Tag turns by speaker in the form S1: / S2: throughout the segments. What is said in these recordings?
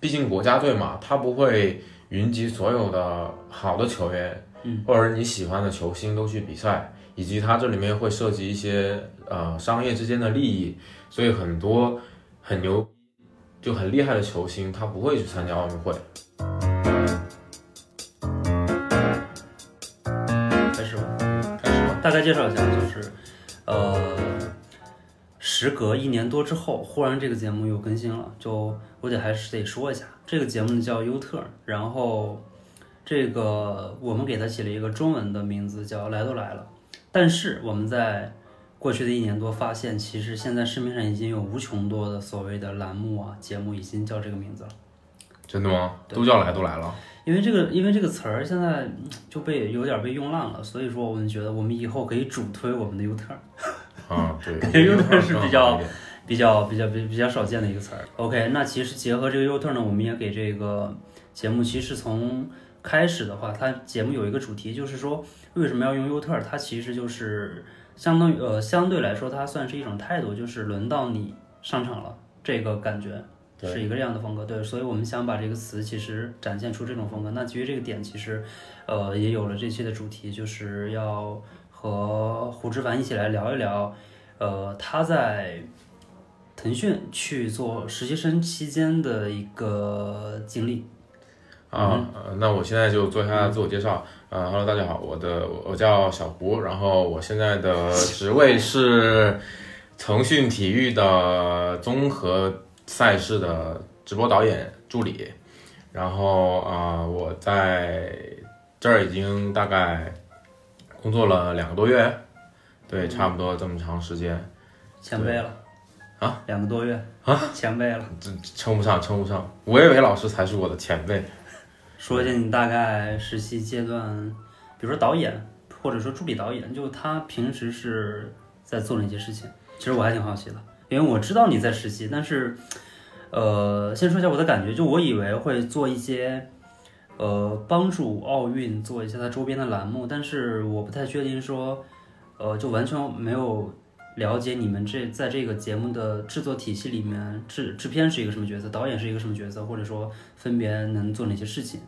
S1: 毕竟国家队嘛，他不会云集所有的好的球员，嗯，或者你喜欢的球星都去比赛，以及它这里面会涉及一些呃商业之间的利益，所以很多很牛就很厉害的球星，他不会去参加奥运会。
S2: 开始吧，
S1: 开始吧，
S2: 大概介绍一下，就是呃，时隔一年多之后，忽然这个节目又更新了，就我得还是得说一下，这个节目呢叫 U Turn，然后这个我们给它起了一个中文的名字叫“来都来了”，但是我们在过去的一年多发现，其实现在市面上已经有无穷多的所谓的栏目啊、节目已经叫这个名字了。
S1: 真的吗？都叫来都来了，
S2: 因为这个，因为这个词儿现在嗯就被有点被用烂了，所以说我们觉得我们以后可以主推我们的 U turn，
S1: 啊，对，
S2: 感 觉 U turn 是
S1: 更好
S2: 比
S1: 一
S2: 较
S1: 点
S2: 比较比较比比较少见的一个词儿。OK，那其实结合这个 U turn 呢，我们也给这个节目，其实从开始的话，它节目有一个主题，就是说为什么要用 U turn，它其实就是相当于呃相对来说，它算是一种态度，就是轮到你上场了，这个
S1: 嗯
S2: 感觉。
S1: 对
S2: 是一个这样的风格，对，所以我们想把这个词其实展现出这种风格。那基于这个点，其实，呃，也有了这期的主题，就是要和胡志凡一起来聊一聊，呃，他在腾讯去做实习生期间的一个经历。
S1: 啊、呃那我现在就做一下自我介绍。呃，Hello，大家好，我的我叫小胡，然后我现在的职位是腾讯体育的综合赛事的直播导演助理。然后啊、呃我在这儿已经大概工作了两个多月，对，差不多这么长时间，
S2: 前辈了啊，两个多月啊，前辈了。
S1: 这称不上，称不上。吴伟伟老师才是我的前辈。
S2: 说一下你大概实习阶段，比如说导演或者说助理导演，就他平时是在做哪些事情？其实我还挺好奇的，因为我知道你在实习，但是，呃，先说一下我的感觉，就我以为会做一些，呃，帮助奥运做一些它周边的栏目，但是我不太确定说，呃，就完全没有了解你们这在这个节目的制作体系里面，制制片是一个什么角色，导演是一个什么角色，或者说分别能做哪些事情。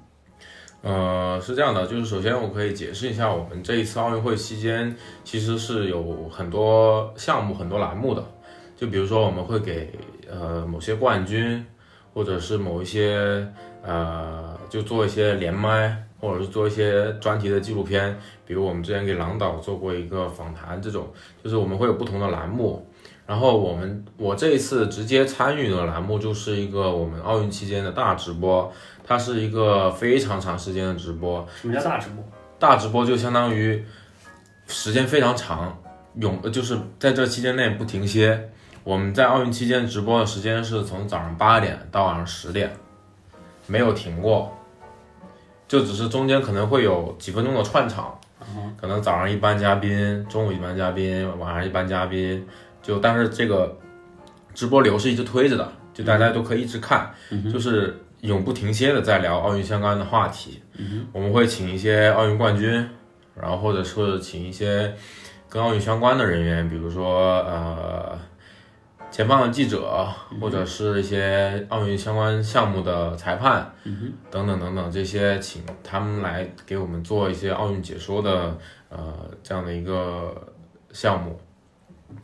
S1: 呃，是这样的，就是首先我可以解释一下，我们这一次奥运会期间其实是有很多项目、很多栏目的，就比如说我们会给呃某些冠军，或者是某一些呃就做一些连麦，或者是做一些专题的纪录片，比如我们之前给郎导做过一个访谈，这种就是我们会有不同的栏目。然后我们我这一次直接参与的栏目就是一个我们奥运期间的大直播，它是一个非常长时间的直播，
S2: 什么叫大直播？
S1: 大直播就相当于时间非常长，永呃就是在这期间内不停歇。我们在奥运期间直播的时间是从早上八点到晚上十点，没有停过，就只是中间可能会有几分钟的串场，可能早上一班嘉宾，中午一班嘉宾，晚上一班嘉宾，就但是这个直播流是一直推着的，就大家都可以一直看，就是永不停歇的在聊奥运相关的话题。我们会请一些奥运冠军，然后或者是请一些跟奥运相关的人员，比如说呃前方的记者，或者是一些奥运相关项目的裁判，等等等等，这些请他们来给我们做一些奥运解说的呃这样的一个项目。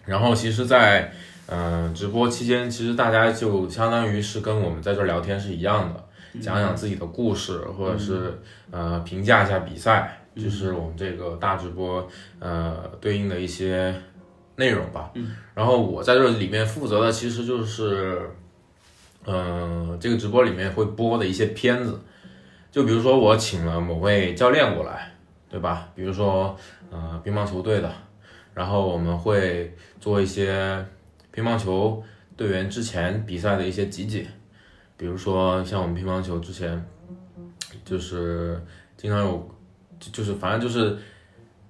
S1: 然后其实在，呃直播期间，其实大家就相当于是跟我们在这儿聊天是一样的。讲讲自己的故事，或者是呃评价一下比赛，就是我们这个大直播呃对应的一些内容吧。然后我在这里面负责的其实就是，嗯、这个直播里面会播的一些片子，就比如说我请了某位教练过来，对吧？比如说呃乒乓球队的，然后我们会做一些乒乓球队员之前比赛的一些集锦。比如说像我们乒乓球之前，就是经常有，就就是反正就是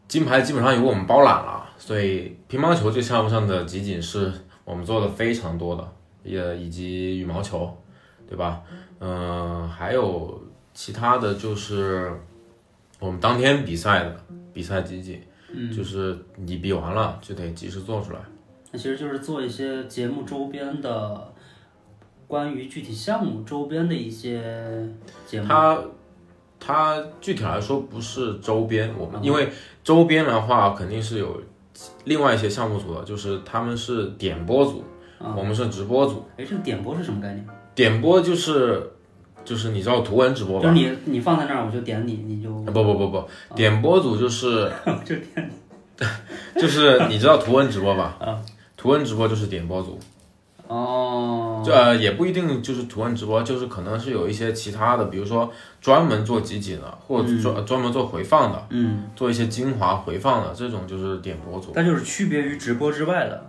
S1: 金牌基本上由我们包揽了，所以乒乓球这项目上的集锦是我们做的非常多的，也以及羽毛球，对吧？嗯、还有其他的就是我们当天比赛的比赛集锦，就是你比完了就得及时做出来。
S2: 那其实就是做一些节目周边的呃关于具体项目周边的一些节目？
S1: 它它具体来说不是周边，我
S2: 嗯
S1: 们因为周边的话肯定是有另外一些项目组的，就是他们是点播组，
S2: 啊，
S1: 我们是直播组。
S2: 哎，这个点播是什么概念？
S1: 点播就是就是你知道图文直播
S2: 就
S1: 吧？
S2: 是你你放在那儿，我就点你，你就
S1: 啊不不不不，点播组就是
S2: 嗯 就点 嗯
S1: 就是你知道图文直播吧？图文直播就是点播组。
S2: 哦，
S1: 这、呃、也不一定就是图文直播，就是可能是有一些其他的，比如说专门做集锦的，或者专、专门做回放的，
S2: 嗯，
S1: 做一些精华回放的，这种就是点播组。
S2: 但就是区别于直播之外的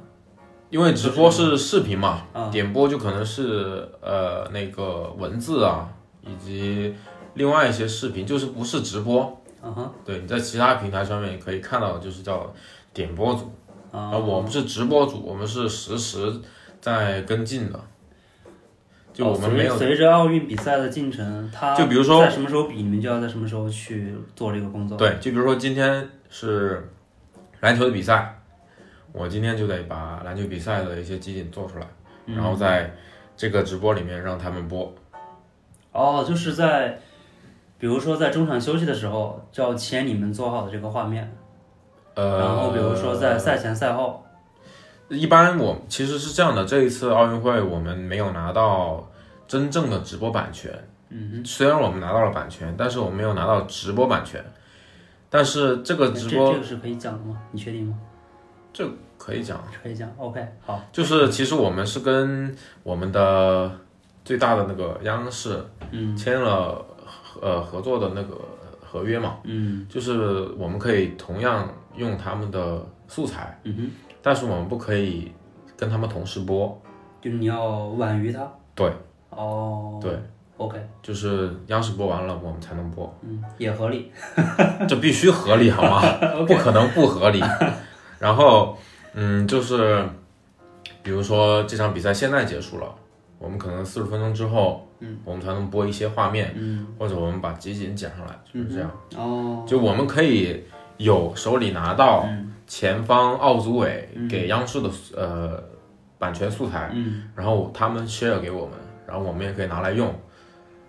S1: 因为直播是视频嘛，
S2: 啊，
S1: 点播就可能是呃那个文字啊，以及另外一些视频，就是不是直播。
S2: 啊哈
S1: 对，你在其他平台上面也可以看到，就是叫点播组。
S2: 啊，
S1: 啊，我们是直播组，我们是实时在跟进的，就我们
S2: 哦
S1: 没有
S2: 随随着奥运比赛的进程，它
S1: 就比如说
S2: 在什么时候比，你们就要在什么时候去做这个工作。
S1: 对，就比如说今天是篮球的比赛，我今天就得把篮球比赛的一些集锦做出来，
S2: 嗯
S1: 然后在这个直播里面让他们播。
S2: 哦，就是在比如说在中场休息的时候，就要切你们做好的这个画面，
S1: 呃，
S2: 然后比如说在赛前赛后，
S1: 一般我其实是这样的，这一次奥运会我们没有拿到真正的直播版权，
S2: 嗯，
S1: 虽然我们拿到了版权，但是我们没有拿到直播版权。但是这个直播
S2: 这这个是可以讲的吗？你确定吗？
S1: 可以讲，
S2: 可以讲，OK，好，
S1: 就是其实我们是跟我们的最大的那个央视
S2: 嗯
S1: 签了呃合作的那个合约嘛，
S2: 嗯
S1: 就是我们可以同样用他们的素材，
S2: 嗯哼，
S1: 但是我们不可以跟他们同时播。
S2: 就是你要晚于它，
S1: 对，
S2: 哦，
S1: 对
S2: ，OK，
S1: 就是央视播完了，我们才能播，
S2: 嗯，也合理，
S1: 这必须合理好吗？不可能不合 理。然后，嗯，就是比如说这场比赛现在结束了，我们可能四十分钟之后，嗯，我们才能播一些画面，
S2: 嗯，
S1: 或者我们把集锦剪上来，就是这样。
S2: 哦，嗯
S1: 就我们可以有手里拿到前方奥组委给央视的、呃版权素材，
S2: 嗯，
S1: 然后他们 share 给我们，然后我们也可以拿来用，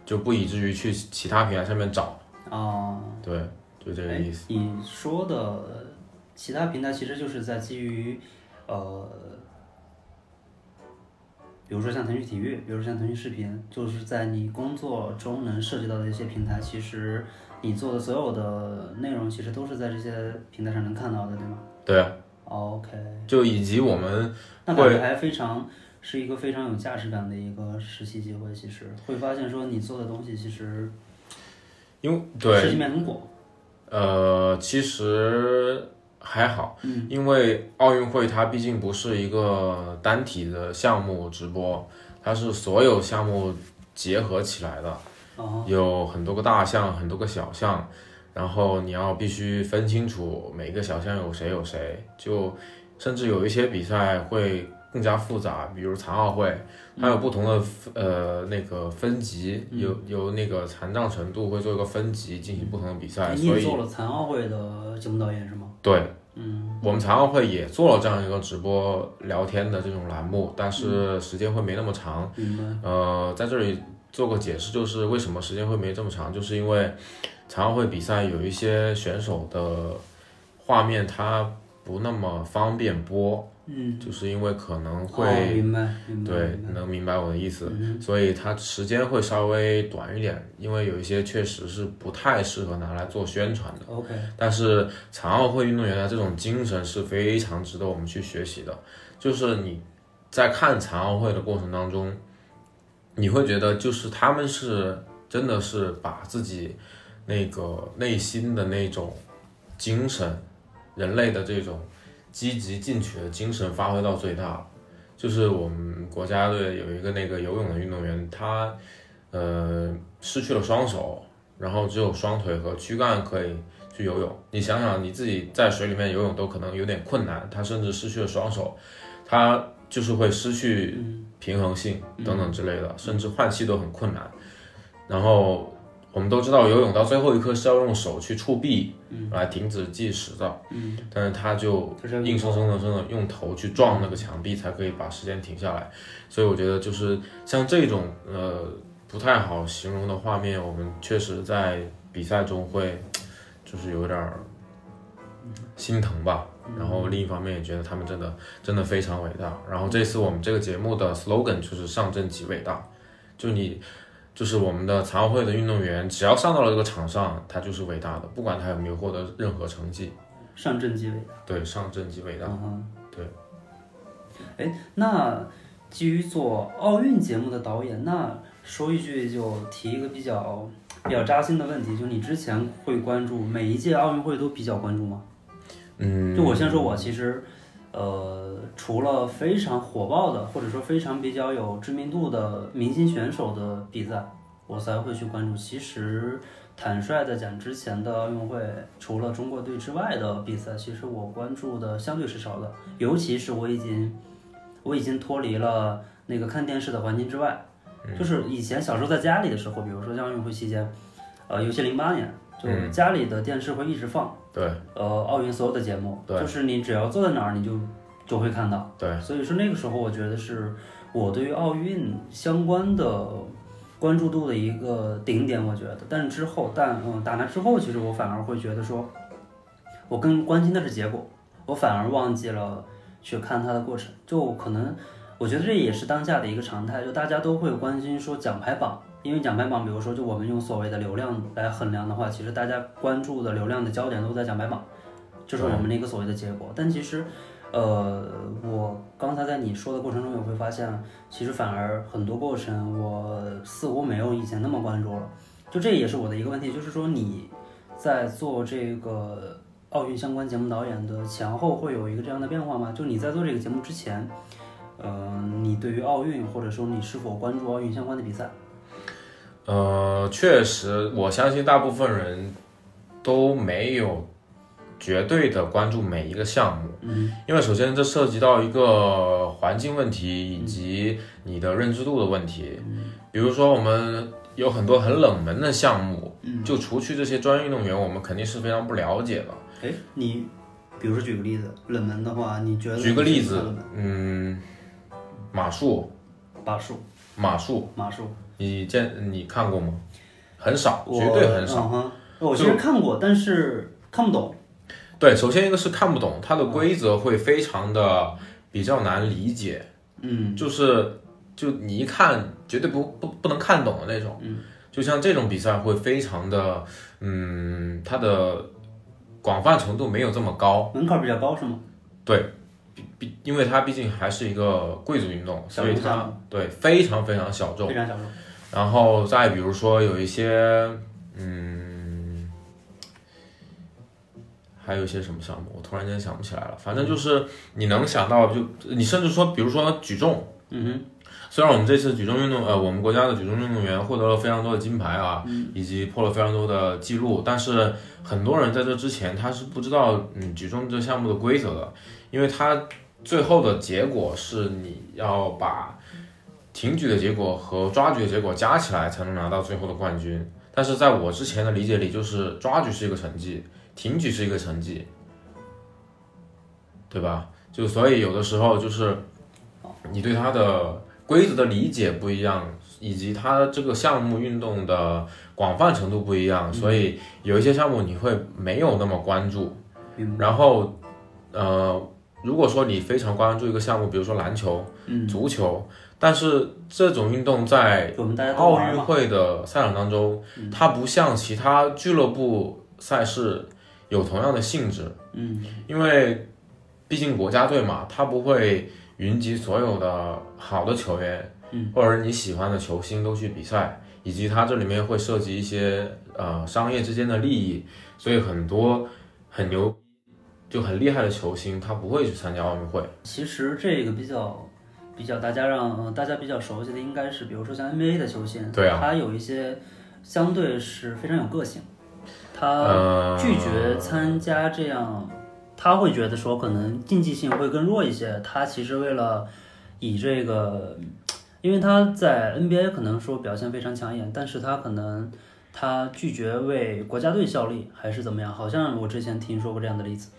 S1: 就不以至于去其他平台上面找。
S2: 哦。
S1: 对，就这个
S2: 哎
S1: 意思。
S2: 你说的其他平台其实就是在基于呃，比如说像腾讯体育，比如说像腾讯视频，就是在你工作中能涉及到的一些平台，其实你做的所有的内容，其实都是在这些平台上能看到的，对吗哦
S1: 对，啊
S2: ？OK，
S1: 就以及我们
S2: 那感觉还非常是一个非常有价值感的一个实习机会。其实会发现说你做的东西其实
S1: 因为对
S2: 涉及面很广。
S1: 呃，其实还好，
S2: 嗯
S1: 因为奥运会它毕竟不是一个单体的项目直播，它是所有项目结合起来的，
S2: 哦，
S1: 有很多个大项，很多个小项，然后你要必须分清楚每个小项有谁有谁，就甚至有一些比赛会更加复杂，比如残奥会，它有不同
S2: 嗯
S1: 的分呃那个分级，有有那个残障程度会做一个分级进行不同的比赛，
S2: 哎你
S1: 所
S2: 也
S1: 以
S2: 做了残奥会的节目导演是吗？
S1: 对。
S2: 嗯，
S1: 我们残奥会也做了这样一个直播聊天的这种栏目，但
S2: 嗯
S1: 是时间会没那么长。
S2: 明白。
S1: 呃，在这里做个解释，就是为什么时间会没这么长，就是因为残奥会比赛有一些选手的画面它不那么方便播，
S2: 嗯，
S1: 就是因为可能会、
S2: 哦、明白明白，
S1: 对
S2: 明白，
S1: 能明白我的意思，
S2: 嗯
S1: 所以它时间会稍微短一点，因为有一些确实是不太适合拿来做宣传的。
S2: OK，
S1: 但是残奥会运动员的这种精神是非常值得我们去学习的。就是你在看残奥会的过程当中，你会觉得就是他们是真的是把自己那个内心的那种精神，人类的这种积极进取的精神发挥到最大了。就是我们国家队有一个那个游泳的运动员，他呃失去了双手，然后只有双腿和躯干可以去游泳。你想想你自己在水里面游泳都可能有点困难，他甚至失去了双手，他就是会失去
S2: 嗯
S1: 平衡性等等之类的，甚至换气都很困难。然后我们都知道游泳到最后一刻是要用手去触壁来停止计时的，
S2: 嗯，
S1: 但是他就
S2: 就是要用
S1: 硬生生的真的用头去撞那个墙壁才可以把时间停下来，所以我觉得就是像这种呃不太好形容的画面，我们确实在比赛中会就是有点儿心疼吧。
S2: 嗯
S1: 然后另一方面也觉得他们真的真的非常伟大。然后这次我们这个节目的 slogan 就是上阵即伟大，就你就是我们的残奥会的运动员，只要上到了这个场上，他就是伟大的，不管他有没有获得任何成绩。
S2: 上阵即伟
S1: 对，上阵即伟大。
S2: 嗯
S1: 对。
S2: 哎，那基于做奥运节目的导演，那说一句就提一个比较比较扎心的问题，就你之前会关注每一届奥运会都比较关注吗？
S1: 嗯，
S2: 就我先说，我其实，呃，除了非常火爆的或者说非常比较有知名度的明星选手的比赛，我才会去关注。其实，坦率的讲，之前的奥运会除了中国队之外的比赛，其实我关注的相对是少的，尤其是我已经，我已经脱离了那个看电视的环境之外。就是以前小时候在家里的时候，比如说像奥运会期间，呃，尤其零八年，就家里的电视会一直放。
S1: 对
S2: 呃奥运所有的节目，
S1: 对
S2: 就是你只要坐在哪儿，你就就会看到。
S1: 对，
S2: 所以说那个时候，我觉得是我对于奥运相关的关注度的一个顶点，我觉得。但是之后，但嗯，打那之后，其实我反而会觉得说，我更关心的是结果，我反而忘记了去看它的过程。就可能我觉得这也是当下的一个常态，就大家都会关心说奖牌榜。因为奖牌榜，比如说，就我们用所谓的流量来衡量的话，其实大家关注的流量的焦点都在奖牌榜，就是我们的一个所谓的结果。但其实，呃，我刚才在你说的过程中，也会发现，其实反而很多过程我似乎没有以前那么关注了。就这也是我的一个问题，就是说你在做这个奥运相关节目导演的前后，会有一个这样的变化吗？就你在做这个节目之前，呃，你对于奥运或者说你是否关注奥运相关的比赛？
S1: 呃，确实，我相信大部分人都没有绝对的关注每一个项目，嗯，因为首先这涉及到一个环境问题以及你的认知度的问题，
S2: 嗯
S1: 比如说我们有很多很冷门的项目，
S2: 嗯
S1: 就除去这些专业运动员，我们肯定是非常不了解的。
S2: 哎，你比如说举个例子，冷门的话，你觉得
S1: 举个例子
S2: 冷门，
S1: 嗯，马术，
S2: 马术，
S1: 马术，
S2: 马术，
S1: 你见你看过吗？很少，
S2: 我
S1: 绝对很少。
S2: 嗯哼我其实看过，但是看不懂。
S1: 对，首先一个是看不懂它的规则，会非常的比较难理解，
S2: 嗯，
S1: 就是就你一看绝对不不不能看懂的那种。嗯，就像这种比赛会非常的，嗯，它的广泛程度没有这么高，
S2: 门槛比较高是吗？
S1: 毕因为它毕竟还是一个贵族运动，
S2: 小
S1: 所以
S2: 众项
S1: 它对非常非常小众。
S2: 非常小众。
S1: 然后再比如说有一些，嗯，还有一些什么项目，我突然间想不起来了。反正就是你能想到就，你甚至说，比如说举重，
S2: 嗯
S1: 虽然我们这次举重运动，呃，我们国家的举重运动员获得了非常多的金牌啊，以及破了非常多的记录，但是很多人在这之前他是不知道，嗯，举重这项目的规则的，因为它最后的结果是你要把挺举的结果和抓举的结果加起来才能拿到最后的冠军。但是在我之前的理解里，就是抓举是一个成绩，挺举是一个成绩，对吧？就所以有的时候就是你对它的规则的理解不一样，以及它这个项目运动的广泛程度不一样，所以有一些项目你会没有那么关注。然后，呃，如果说你非常关注一个项目，比如说篮球、足球，但是这种运动在
S2: 哼，我们大家都
S1: 奥
S2: 玩
S1: 运
S2: 嘛。嗯
S1: 会的赛场当中，它不像其他俱乐部赛事有同样的性质，
S2: 嗯，
S1: 因为毕竟国家队嘛，它不会云集所有的好的球员，
S2: 嗯
S1: 或者你喜欢的球星都去比赛，以及它这里面会涉及一些呃商业之间的利益，所以很多很牛就很厉害的球星，他不会去参加奥运会。
S2: 其实这个比较比较大家让、呃大家比较熟悉的应该是，比如说像 NBA 的球星，
S1: 对啊
S2: 他有一些相对是非常有个性，他
S1: 呃，
S2: 拒绝参加这样，他会觉得说可能竞技性会更弱一些。他其实为了以这个，因为他在 NBA 可能说表现非常抢眼，但是他可能他拒绝为国家队效力，还是怎么样？好像我之前听说过这样的例子。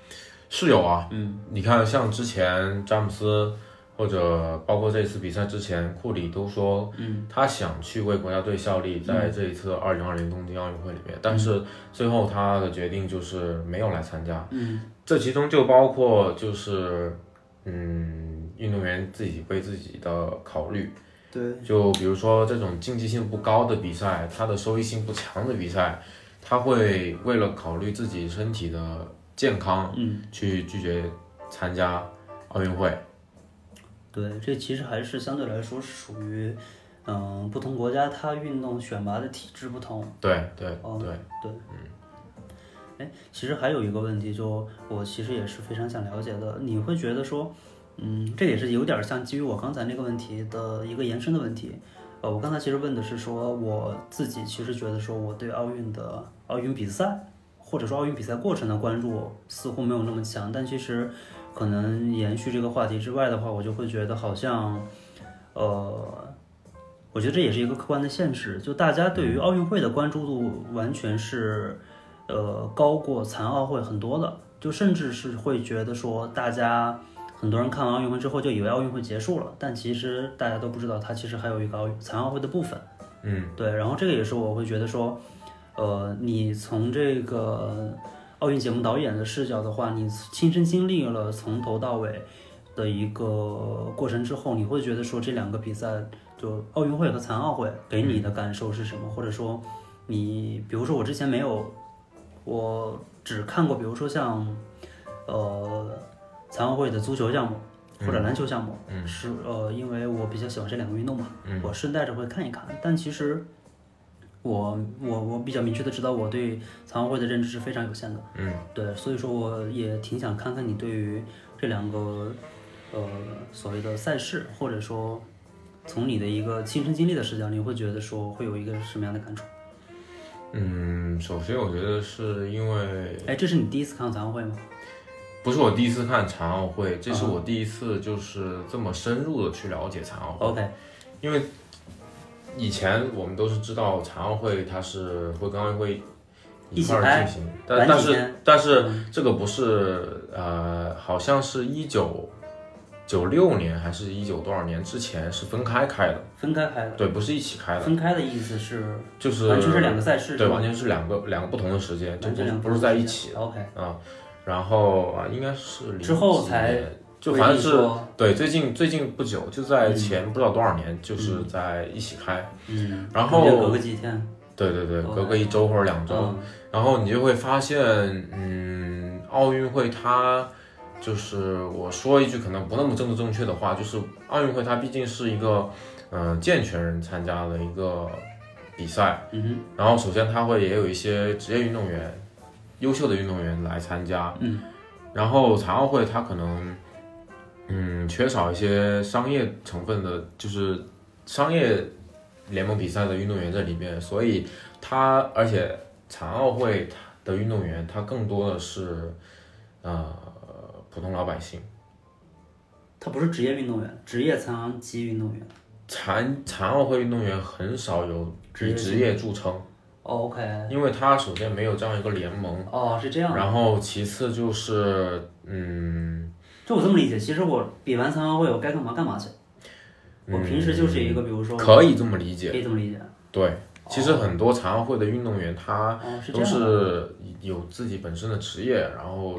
S1: 是有啊，
S2: 嗯，
S1: 你看像之前詹姆斯或者包括这次比赛之前，库里都说，
S2: 嗯，
S1: 他想去为国家队效力，在这一次二零二零东京奥运会里
S2: 嗯
S1: 面，但是最后他的决定就是没有来参加，
S2: 嗯，
S1: 这其中就包括就是，嗯，运动员自己为自己的考虑，
S2: 对，
S1: 就比如说这种竞技性不高的比赛，它的收益性不强的比赛，他会为了考虑自己身体的健康，
S2: 嗯，
S1: 去拒绝参加奥运会。
S2: 对，这其实还是相对来说是属于，嗯、不同国家它运动选拔的体制不同。
S1: 对对
S2: 哦
S1: 对，
S2: 对，嗯。哎，其实还有一个问题，就我其实也是非常想了解的，你会觉得说，嗯，这也是有点像基于我刚才那个问题的一个延伸的问题。呃，我刚才其实问的是说，我自己其实觉得说，我对奥运的奥运比赛，或者说奥运比赛过程的关注似乎没有那么强，但其实可能延续这个话题之外的话，我就会觉得好像，呃，我觉得这也是一个客观的现实，就大家对于奥运会的关注度完全是，呃，高过残奥会很多的，就甚至是会觉得说，大家很多人看完奥运会之后就以为奥运会结束了，但其实大家都不知道它其实还有一个奥运残奥会的部分。
S1: 嗯，
S2: 对，然后这个也是我会觉得说，呃，你从这个奥运节目导演的视角的话，你亲身经历了从头到尾的一个过程之后，你会觉得说这两个比赛，就奥运会和残奥会给你的
S1: 嗯
S2: 感受是什么？或者说你，比如说我之前没有，我只看过，比如说像呃残奥会的足球项目或者篮球项目，
S1: 嗯
S2: 是呃，因为我比较喜欢这两个运动嘛，我顺带着会看一看。但其实我我我比较明确的知道我对残奥会的认知是非常有限的，
S1: 嗯，
S2: 对，所以说我也挺想看看你对于这两个呃所谓的赛事，或者说从你的一个亲身经历的视角，你会觉得说会有一个什么样的感触？
S1: 嗯，首先我觉得是因为
S2: 哎，这是你第一次看残奥会吗？
S1: 不是我第一次看残奥会，这
S2: 啊
S1: 是我第一次就是这么深入的去了解残奥会。
S2: OK，
S1: 因为以前我们都是知道残奥会它是会跟奥运会一块儿进行，但
S2: 玩
S1: 但
S2: 几
S1: 是
S2: 天嗯
S1: 但是这个不是呃，好像是一九九六年还是一九多少年之前是分开开的，
S2: 分开开的，
S1: 对，不是一起开的，
S2: 分开的意思是
S1: 就是
S2: 完全是两个赛事，
S1: 对，
S2: 是吧
S1: 完全是两个两个不同的时间，就不
S2: 完全
S1: 是
S2: 两个
S1: 不是在一起的
S2: OK，
S1: 啊。然后啊，应该是
S2: 之后
S1: 07
S2: 才
S1: 年就反正
S2: 所以
S1: 是
S2: 说
S1: 对，最近最近不久，就在
S2: 嗯
S1: 前不知道多少年，就是在一起开。
S2: 嗯，
S1: 然后
S2: 感觉隔个几天，
S1: 对对对，
S2: 哦
S1: 隔个一周或者两周，
S2: 嗯
S1: 然后你就会发现，嗯，奥运会它就是我说一句可能不那么政治正确的话，就是奥运会它毕竟是一个，嗯、健全人参加的一个比赛，
S2: 嗯哼，
S1: 然后首先它会也有一些职业运动员，优秀的运动员来参加，
S2: 嗯，
S1: 然后残奥会它可能，嗯，缺少一些商业成分的，就是商业联盟比赛的运动员在里面，所以他而且残奥会的运动员他更多的是，呃，普通老百姓。
S2: 他不是职业运动员，职业残疾运动员。
S1: 残残奥会运动员很少有
S2: 职
S1: 以
S2: 业
S1: 职业著称，
S2: 哦 OK，
S1: 因为他首先没有这样一个联盟，
S2: 哦，是这样的。
S1: 嗯然后其次就是，嗯，
S2: 就我这么理解，其实我比完残奥会，我该干嘛干嘛去。我平时就是一个，比如
S1: 嗯
S2: 说，
S1: 可以这么理解，
S2: 可以这么理解。
S1: 对。其实很多残奥会的运动员，他
S2: 哦，是这
S1: 都
S2: 样的。
S1: 是有自己本身的职业，然后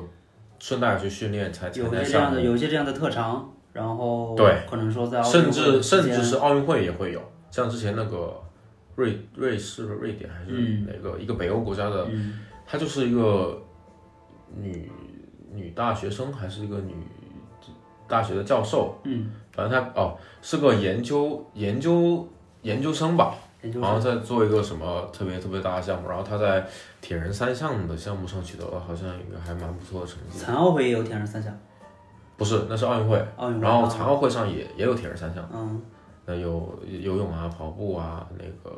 S1: 顺带去训练才参
S2: 有一
S1: 加
S2: 些这样
S1: 项目
S2: 的，。有一些这样的特长，然后
S1: 对，
S2: 可能说在奥运
S1: 甚
S2: 会
S1: 至
S2: 期间
S1: 甚至是奥运会也会有，像之前那个瑞瑞士、瑞典还是
S2: 嗯
S1: 哪个、一个北欧国家的，
S2: 嗯
S1: 她就是一个女女大学生还是一个女大学的教授，
S2: 嗯，
S1: 反正她哦是个研究研究研究生吧，
S2: 也就
S1: 然后
S2: 是
S1: 在做一个什么特别特别大的项目，然后她在铁人三项的项目上取得了好像一个还蛮不错的成绩，
S2: 残奥会也有铁人三项，
S1: 不是那是奥运会，
S2: 奥运会。
S1: 然后残奥会上也也有铁人三项。呃
S2: 嗯，
S1: 那有游泳啊、跑步啊、那个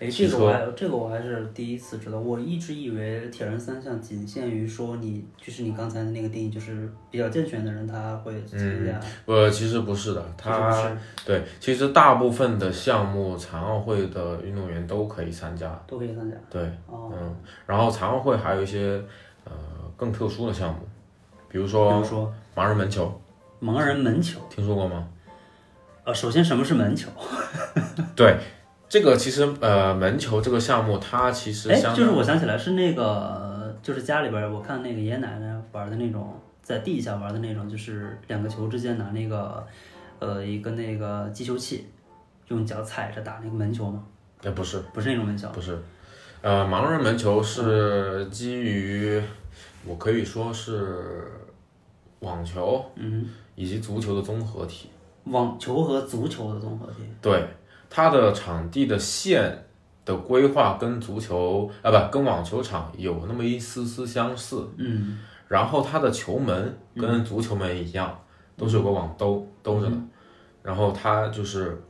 S2: 哎，
S1: 骑
S2: 这个
S1: 车
S2: 我还这个我还是第一次知道，我一直以为铁人三项仅限于说你就是你刚才的那个定义，就是比较健全的人他会参加，
S1: 呃，其实不是的，它
S2: 就是不是
S1: 对，其实大部分的项目残奥会的运动员都可以参加。
S2: 都可以参加。
S1: 对，
S2: 哦，
S1: 嗯，然后残奥会还有一些呃更特殊的项目，比如
S2: 比如
S1: 说
S2: 说
S1: 盲人门球，
S2: 盲人门球，
S1: 听说过吗？
S2: 呃，首先什么是门球？
S1: 对，这个其实呃门球这个项目它其实
S2: 哎，
S1: 相
S2: 就是我想起来是那个，就是家里边儿我看那个爷爷奶奶玩的那种，在地下玩的那种，就是两个球之间拿那个，呃，一个那个击球器，用脚踩着打那个门球吗？
S1: 哎不是
S2: 不是那种门球，
S1: 不是，呃盲人门球是基于我可以说是网球
S2: 嗯，
S1: 以及足球的综合体。
S2: 网球和足球的综合体。
S1: 对，它的场地的线的规划跟足球啊不跟网球场有那么一丝丝相似，
S2: 嗯，
S1: 然后它的球门跟足球门一样，都是有个网兜兜着的。然后它就是，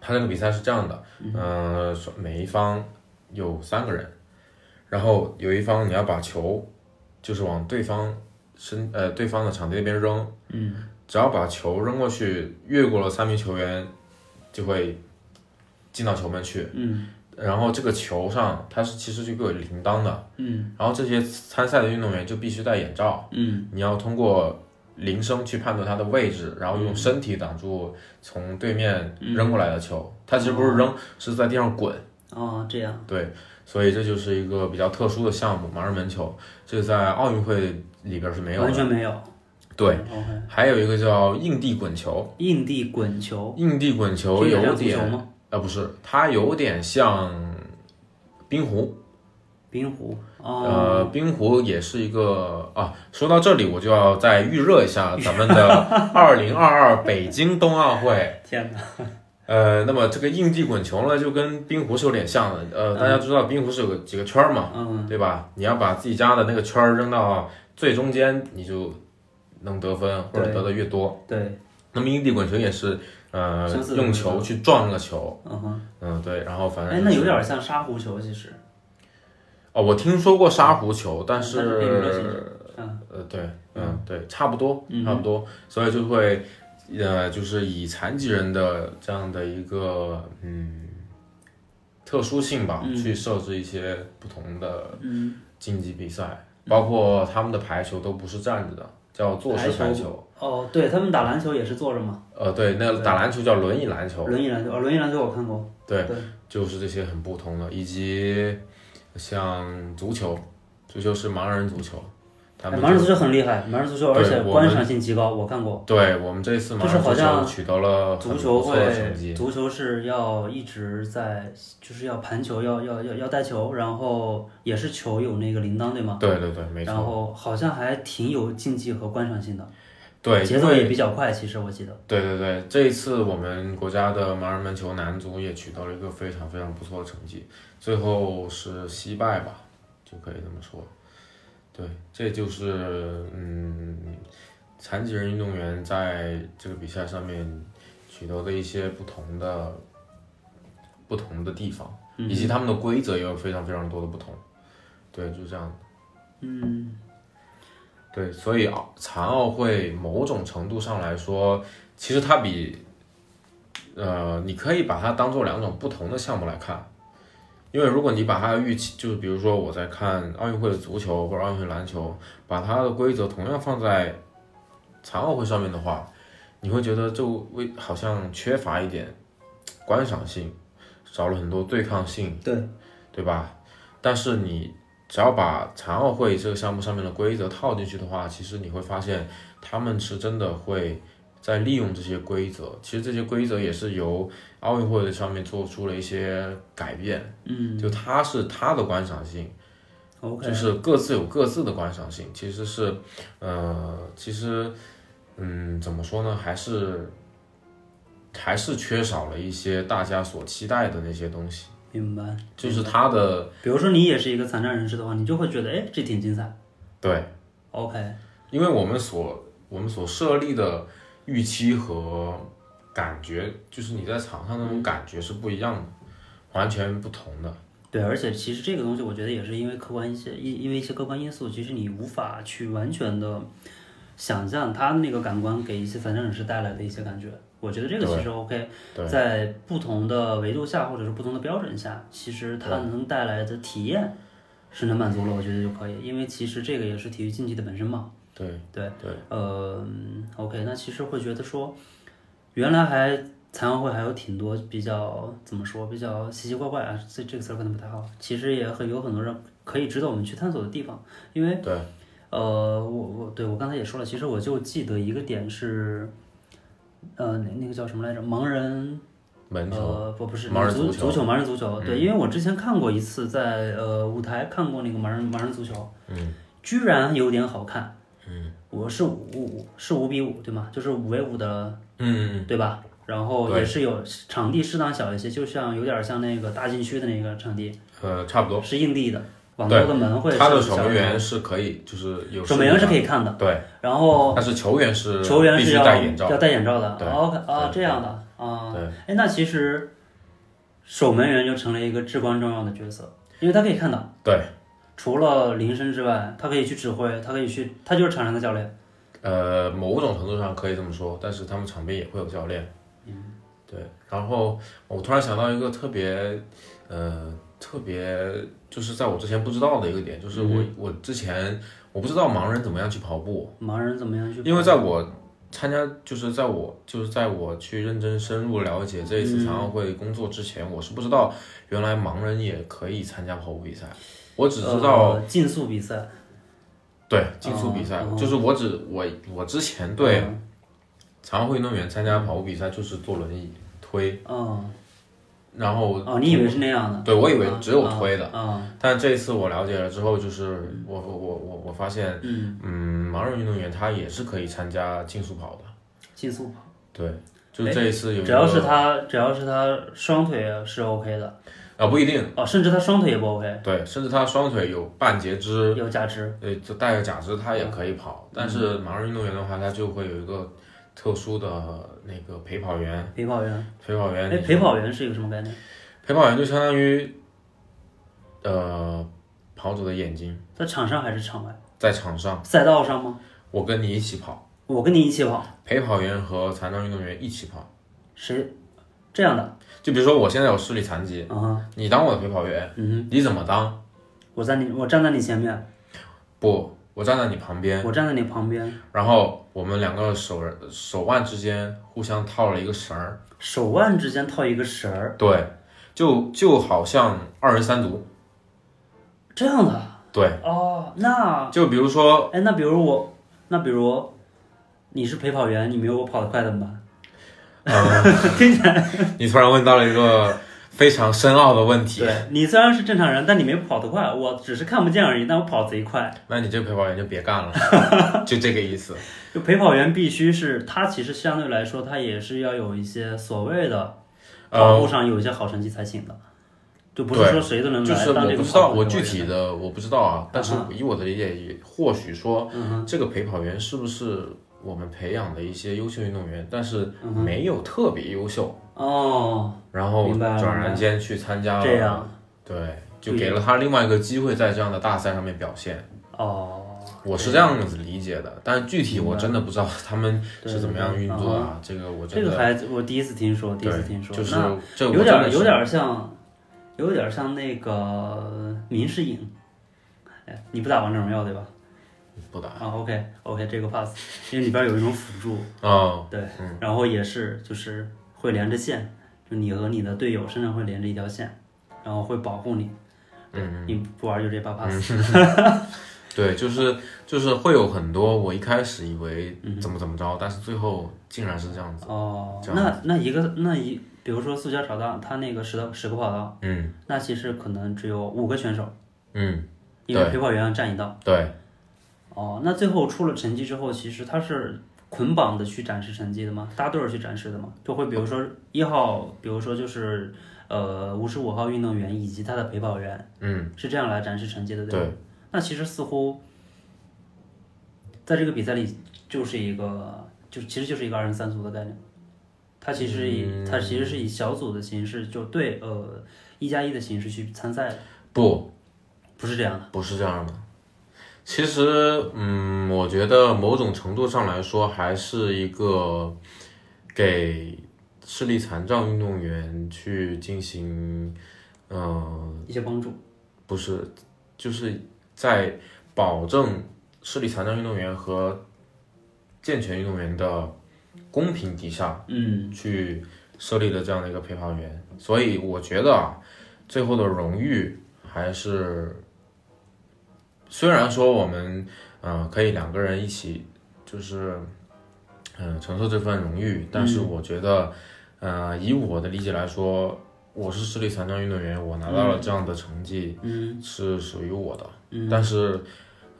S1: 它这个比赛是这样的，嗯、呃，每一方有三个人，然后有一方你要把球就是往对方身呃对方的场地那边扔，嗯，只要把球扔过去，越过了三名球员，就会进到球门去。
S2: 嗯
S1: 然后这个球上它是其实是一个铃铛的，
S2: 嗯
S1: 然后这些参赛的运动员就必须戴眼罩，
S2: 嗯
S1: 你要通过铃声去判断它的位置，然后用身体挡住从对面扔过来的
S2: 嗯
S1: 球。它其实不是扔，是在地上滚。
S2: 哦，这样，
S1: 对，所以这就是一个比较特殊的项目——盲人门球，这在奥运会里边是没有
S2: 完
S1: 的。
S2: 全没有。
S1: 对，
S2: 嗯，OK，
S1: 还有一个叫硬地滚球，
S2: 硬地滚球，
S1: 硬地滚球
S2: 哦这也
S1: 有
S2: 像足球
S1: 点，
S2: 吗？
S1: 呃，不是，它有点像冰壶。
S2: 冰壶，哦，
S1: 呃，冰壶也是一个啊。说到这里，我就要再预热一下 咱们的二零二二北京冬奥会。
S2: 天哪，
S1: 呃，那么这个硬地滚球呢，就跟冰壶是有点像的。呃，大家知道冰壶是有个几个圈儿嘛，
S2: 嗯，
S1: 对吧？你要把自己家的那个圈儿扔到最中间，你就能得分或者
S2: 对
S1: 得的越多。
S2: 对，
S1: 那么硬地滚球也是，呃
S2: 相似，的
S1: 用
S2: 那
S1: 球
S2: 种
S1: 去撞那个球。
S2: 嗯哼，
S1: 嗯，对，然后反正
S2: 哎，那
S1: 就是
S2: 有点像沙狐球，其实，嗯
S1: 哦，我听说过沙狐球，但
S2: 但是并没有兴
S1: 是
S2: 嗯，
S1: 呃，对，嗯，对，差不多，
S2: 嗯
S1: 差不多，所以就会，呃，就是以残疾人的这样的一个嗯特殊性吧，
S2: 嗯
S1: 去设置一些不同的
S2: 嗯。
S1: 竞技比赛，包括他们的排球都不是站着的，叫坐式排
S2: 排
S1: 球，
S2: 哦，对他们打篮球也是坐着嘛，
S1: 呃，对，那个打篮球叫轮椅篮球，
S2: 轮椅篮球，哦，轮椅篮球我看过。
S1: 对
S2: 对，
S1: 就是这些很不同的，以及像足球，足球是盲人足球，他
S2: 哎
S1: 们
S2: 盲人
S1: 就
S2: 足球很厉害，盲人足球，
S1: 对
S2: 而且
S1: 我们
S2: 观赏性极高，我看过。
S1: 对我们这次盲
S2: 就是
S1: 人
S2: 好
S1: 足球
S2: 像
S1: 取得了哦很
S2: 足
S1: 不
S2: 球
S1: 错的成
S2: 会，
S1: 绩，
S2: 足球是要一直在，就是要盘球，要要要要带球，然后也是球有那个铃铛，对吗？
S1: 对对对，没
S2: 然
S1: 错，
S2: 后好像还挺有竞技和观赏性的，
S1: 对，
S2: 节
S1: 因
S2: 奏
S1: 为
S2: 也比较快。其实我记得，
S1: 对对对，这一次我们国家的盲人门球男足也取得了一个非常非常不错的成绩，最后是惜败吧，就可以这么说。对，这就是嗯，残疾人运动员在这个比赛上面取得的一些不同的不同的地方，以
S2: 嗯
S1: 及他们的规则也有非常非常多的不同。对，就这样。
S2: 嗯，
S1: 对，所以奥残奥会某种程度上来说，其实它比，呃，你可以把它当做两种不同的项目来看，因为如果你把它预期，就是比如说我在看奥运会的足球或者奥运会篮球，把它的规则同样放在残奥会上面的话，你会觉得就为好像缺乏一点观赏性，少了很多对抗性，
S2: 对，
S1: 对吧？但是你只要把残奥会这个项目上面的规则套进去的话，其实你会发现他们是真的会在利用这些规则。其实这些规则也是由奥运会的上面做出了一些改变，
S2: 嗯
S1: 就它是它的观赏性，
S2: ，OK，
S1: 就是各自有各自的观赏性。其实是，呃，其实，嗯，怎么说呢，还是。还是缺少了一些大家所期待的那些东西，
S2: 明白。
S1: 就是它的
S2: 比如说你也是一个残障人士的话，你就会觉得，哎，这挺精彩。
S1: 对，
S2: OK，
S1: 因为我们所我们所设立的预期和感觉，就是你在场上那种感觉是不一样的。完全不同的。
S2: 对，而且其实这个东西，我觉得也是因为客观一些，因因为一些客观因素，其实你无法去完全的想象他那个感官给一些残障人士带来的一些感觉。我觉得这个其实 OK，
S1: 对
S2: 在不同的维度下，或者是不同的标准下，其实它能带来的体验是能满足了，我觉得就可以。因为其实这个也是体育竞技的本身嘛。
S1: 对
S2: 对
S1: 对，
S2: 呃嗯，OK，那其实会觉得说，原来还残奥会还有挺多比较怎么说，比较奇奇怪怪啊，这这个词儿可能不太好。其实也很有很多人可以值得我们去探索的地方，因为
S1: 对
S2: 呃，我我对我刚才也说了，其实我就记得一个点是，呃，那那个叫什么来着？盲人
S1: 门球，
S2: 呃，不不是
S1: 盲人足
S2: 足
S1: 球嗯
S2: 球，盲人足球。对，因为我之前看过一次在呃舞台看过那个盲人盲人足球，嗯，居然有点好看，嗯，我是五五是五比五对吗？就是五 v 五的，
S1: 嗯，
S2: 对吧？然后也是有场地适当小一些，就像有点像那个大禁区的那个场地，
S1: 呃，差不多。
S2: 是硬地的，网
S1: 对
S2: 络的门会
S1: 他的
S2: 是
S1: 守
S2: 小
S1: 门员是可以，就是有
S2: 守门员是可以看的，
S1: 对，
S2: 然后
S1: 但是球员是
S2: 球员
S1: 必
S2: 是
S1: 须
S2: 要
S1: 戴眼罩
S2: 要。戴眼罩的。
S1: 对
S2: 哦 OK 啊，
S1: 对
S2: 这样的啊。
S1: 对。
S2: 哎，那其实守门员就成了一个至关重要的角色，因为他可以看到，
S1: 对，
S2: 除了铃声之外，他可以去指挥，他可以去，他就是场上的教练。
S1: 呃，某种程度上可以这么说，但是他们场边也会有教练。嗯，对。然后我突然想到一个特别，呃，特别就是在我之前不知道的一个点，就是
S2: 嗯
S1: 我、我之前我不知道盲人怎么样去跑步，
S2: 盲人怎么样去？
S1: 因为在我参加，就是在我就是在我去认真深入了解这一次残奥
S2: 嗯
S1: 会工作之前，我是不知道原来盲人也可以参加跑步比赛，我只知道、
S2: 呃竞速比赛，
S1: 对竞速比赛，
S2: 哦
S1: 就是我只我我之前对
S2: 嗯，
S1: 残奥会运动员参加跑步比赛就是坐轮椅推，
S2: 嗯，
S1: 然后
S2: 哦，你以为是那样的？
S1: 对我以为只有推的，
S2: 的啊，
S1: 但这一次我了解了之后，就是我我我我我发现，嗯盲人运动员他也是可以参加竞速跑的，
S2: 竞速跑，
S1: 对，就是这一次有一
S2: 只哎要
S1: 个
S2: 是他，只要是他双腿是 OK 的，
S1: 啊，不一定，
S2: 哦，甚至他双腿也不 OK，
S1: 对，甚至他双腿有半截肢，
S2: 有假肢。
S1: 呃，就带个假肢他也可以
S2: 嗯
S1: 跑。但是盲人运动员的话，他就会有一个特殊的那个陪跑员，
S2: 陪跑员，
S1: 陪跑员，
S2: 哎，陪跑员是一个什么概念？
S1: 陪跑员就相当于，呃，跑者的眼睛
S2: 在场上还是场外？
S1: 在场上，
S2: 赛道上吗？
S1: 我跟你一起跑，
S2: 我跟你一起跑，
S1: 陪跑员和残障运动员一起跑。
S2: 谁这样的？
S1: 就比如说我现在有视力残疾，
S2: 啊，
S1: 你当我的陪跑员，
S2: 嗯
S1: 你怎么当？
S2: 哼，我在你，我站在你前面，
S1: 不，我站在你旁边，
S2: 我站在你旁边，
S1: 然后我们两个手手腕之间互相套了一个绳儿。
S2: 手腕之间套一个绳儿，
S1: 对，就就好像二人三足，
S2: 这样的。
S1: 对，
S2: 哦，那
S1: 就比如 说，
S2: 哎，那比如我，那比如你是陪跑员，你没有我跑得快怎么办？
S1: 你突然问到了一个非常深奥的问题，
S2: 对你虽然是正常人，但你没跑得快，我只是看不见而已，但我跑贼快。
S1: 那你这陪跑员就别干 了，就这个意思。
S2: 就陪跑员必须是他，其实相对来说，他也是要有一些所谓的跑
S1: 呃，
S2: 步上有一些好成绩才请的，就不是
S1: 对
S2: 说谁都能
S1: 就
S2: 来
S1: 是我
S2: 当这
S1: 不
S2: 个
S1: 知道，
S2: 跑步
S1: 我
S2: 的
S1: 具
S2: 人
S1: 体的我不知道啊，但是
S2: 嗯
S1: 以我的理解，也或许说
S2: 嗯哼，
S1: 这个陪跑员是不是我们培养的一些优秀运动员，但是
S2: 嗯
S1: 没有特别优秀，
S2: 哦，
S1: 然后
S2: 明白了
S1: 转然间去参加了，
S2: 这样
S1: 对，就给了他另外一个机会，在这样的大赛上面表现。
S2: 哦，
S1: 我是这样子理解的，但具体我真的不知道他们是怎么样运作的啊。这个我
S2: 嗯这
S1: 真
S2: 个
S1: 的
S2: 还我第一次听说，第一次
S1: 对
S2: 听，说，
S1: 就是
S2: 那
S1: 这个我
S2: 有
S1: 真的
S2: 点
S1: 是
S2: 有点像，有点像那个民视影，哎，你不打王者荣耀对吧？
S1: 不打。
S2: 啊，OK OK，这个 pass，因为里边有一种辅助，
S1: 嗯，
S2: 对，然后也是就是会连着线，就你和你的队友身上会连着一条线，然后会保护你，嗯，你不玩就这把 pass，
S1: 对，就是就是会有很多我一开始以为怎么怎么着，但是最后竟然是这样子。
S2: 哦
S1: 嗯这，
S2: 那那一个那一，比如说塑胶跑道，它那个十个十个跑道，
S1: 嗯
S2: 那其实可能只有五个选手，
S1: 嗯，
S2: 因为陪跑员要占一道。
S1: 对
S2: 哦，那最后出了成绩之后，其实它是捆绑的去展示成绩的吗？搭队儿去展示的吗？就会比如说一号，比如说就是呃五十五号运动员以及他的陪跑员，
S1: 嗯
S2: 是这样来展示成绩的，吧？
S1: 对，
S2: 那其实似乎在这个比赛里就是一个，就其实就是一个二人三足的概念。它其实以、
S1: 嗯
S2: 它其实是以小组的形式，就对呃一加一的形式去参赛的，
S1: 不，
S2: 不是这样的。
S1: 不是这样的。其实，嗯，我觉得某种程度上来说，还是一个给视力残障运动员去进行，嗯、
S2: 一些帮助，
S1: 不是，就是在保证视力残障运动员和健全运动员的公平底下，
S2: 嗯，
S1: 去设立的这样的一个陪跑员，所以我觉得啊，最后的荣誉还是，虽然说我们嗯、呃可以两个人一起就是嗯、呃承受这份荣誉，但是我觉得嗯、呃以我的理解来说，我是视力残障运动员，我拿到了这样的成绩，嗯，是属于我的，嗯，但是。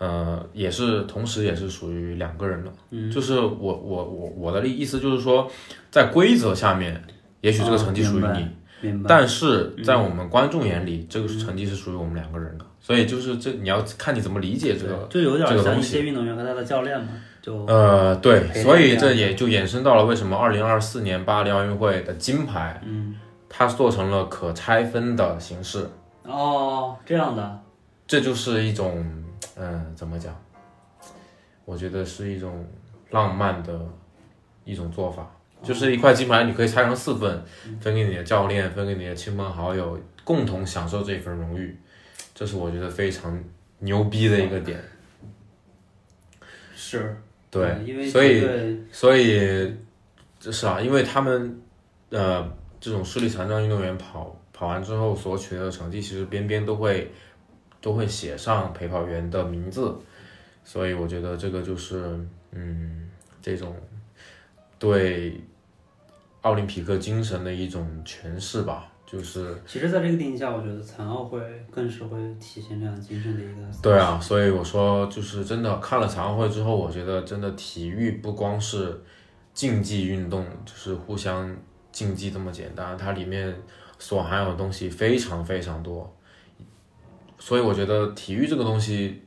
S1: 呃，也是，同时也是属于两个人的，嗯、就是我我我我的意思就是说，在规则下面，也许这个成绩属于你，
S2: 明白，
S1: 但是在我们观众眼里，这个成绩是属于我们两个人的。所以就是这，你要看你怎么理解这个。
S2: 就有
S1: 这
S2: 点
S1: 个
S2: 像
S1: 东
S2: 一些运动员和他的教练嘛，就
S1: 呃，对，
S2: 陪练
S1: 所
S2: 这
S1: 以
S2: 样
S1: 这也就衍生到了为什么二零二四年巴黎奥运会的金牌，嗯，它做成了可拆分的形式，
S2: 哦这样的，
S1: 这就是一种，嗯、怎么讲？我觉得是一种浪漫的一种做法，就是一块金牌你可以拆成四份，分给你的教练，分给你的亲朋好友，共同享受这份荣誉，这是我觉得非常牛逼的一个点。
S2: 是
S1: 对，
S2: 因为
S1: 所以
S2: 对
S1: 所以这是啊，因为他们呃这种视力残障运动员跑跑完之后所取得的成绩，其实边边都会都会写上陪跑员的名字，所以我觉得这个就是嗯这种对奥林匹克精神的一种诠释吧，就是
S2: 其实在这个定义下，我觉得残奥会更是会体现这样精神的一个，
S1: 对啊，所以我说就是真的看了残奥会之后，我觉得真的体育不光是竞技运动，就是互相竞技这么简单，它里面所含有的东西非常非常多。所以我觉得体育这个东西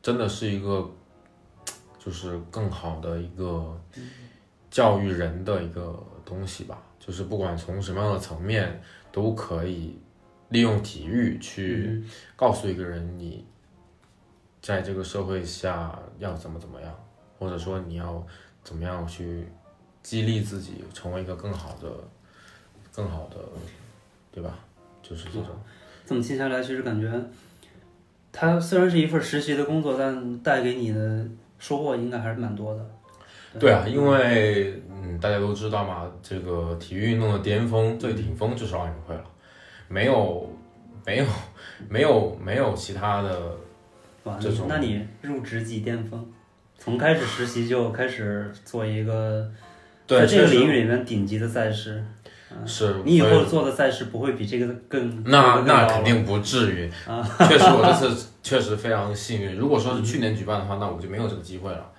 S1: 真的是一个，就是更好的一个教育人的一个东西吧，就是不管从什么样的层面都可以利用体育去
S2: 嗯
S1: 告诉一个人你在这个社会下要怎么怎么样，或者说你要怎么样去激励自己，成为一个更好的、更好的，对吧？就是这种。
S2: 这么听下来，其实感觉，它虽然是一份实习的工作，但带给你的收获应该还是蛮多的。嗯
S1: 对啊，因为嗯，大家都知道嘛，这个体育运动的巅峰、最顶峰就是奥运会了，没有，没有，没有，没有其他的。
S2: 哇，
S1: 这种
S2: 那你入职即巅峰，从开始实习就开始做一个在
S1: 对，
S2: 这
S1: 确
S2: 个
S1: 实
S2: 领域里面顶级的赛事，
S1: 是
S2: 你以
S1: 所
S2: 后做的赛事不会嗯比这个更
S1: 那
S2: 更高
S1: 那
S2: 了啊
S1: 肯定不至于，确实我这 次确实非常幸运。如果说是去年举办的话，那我就没有这个机会了，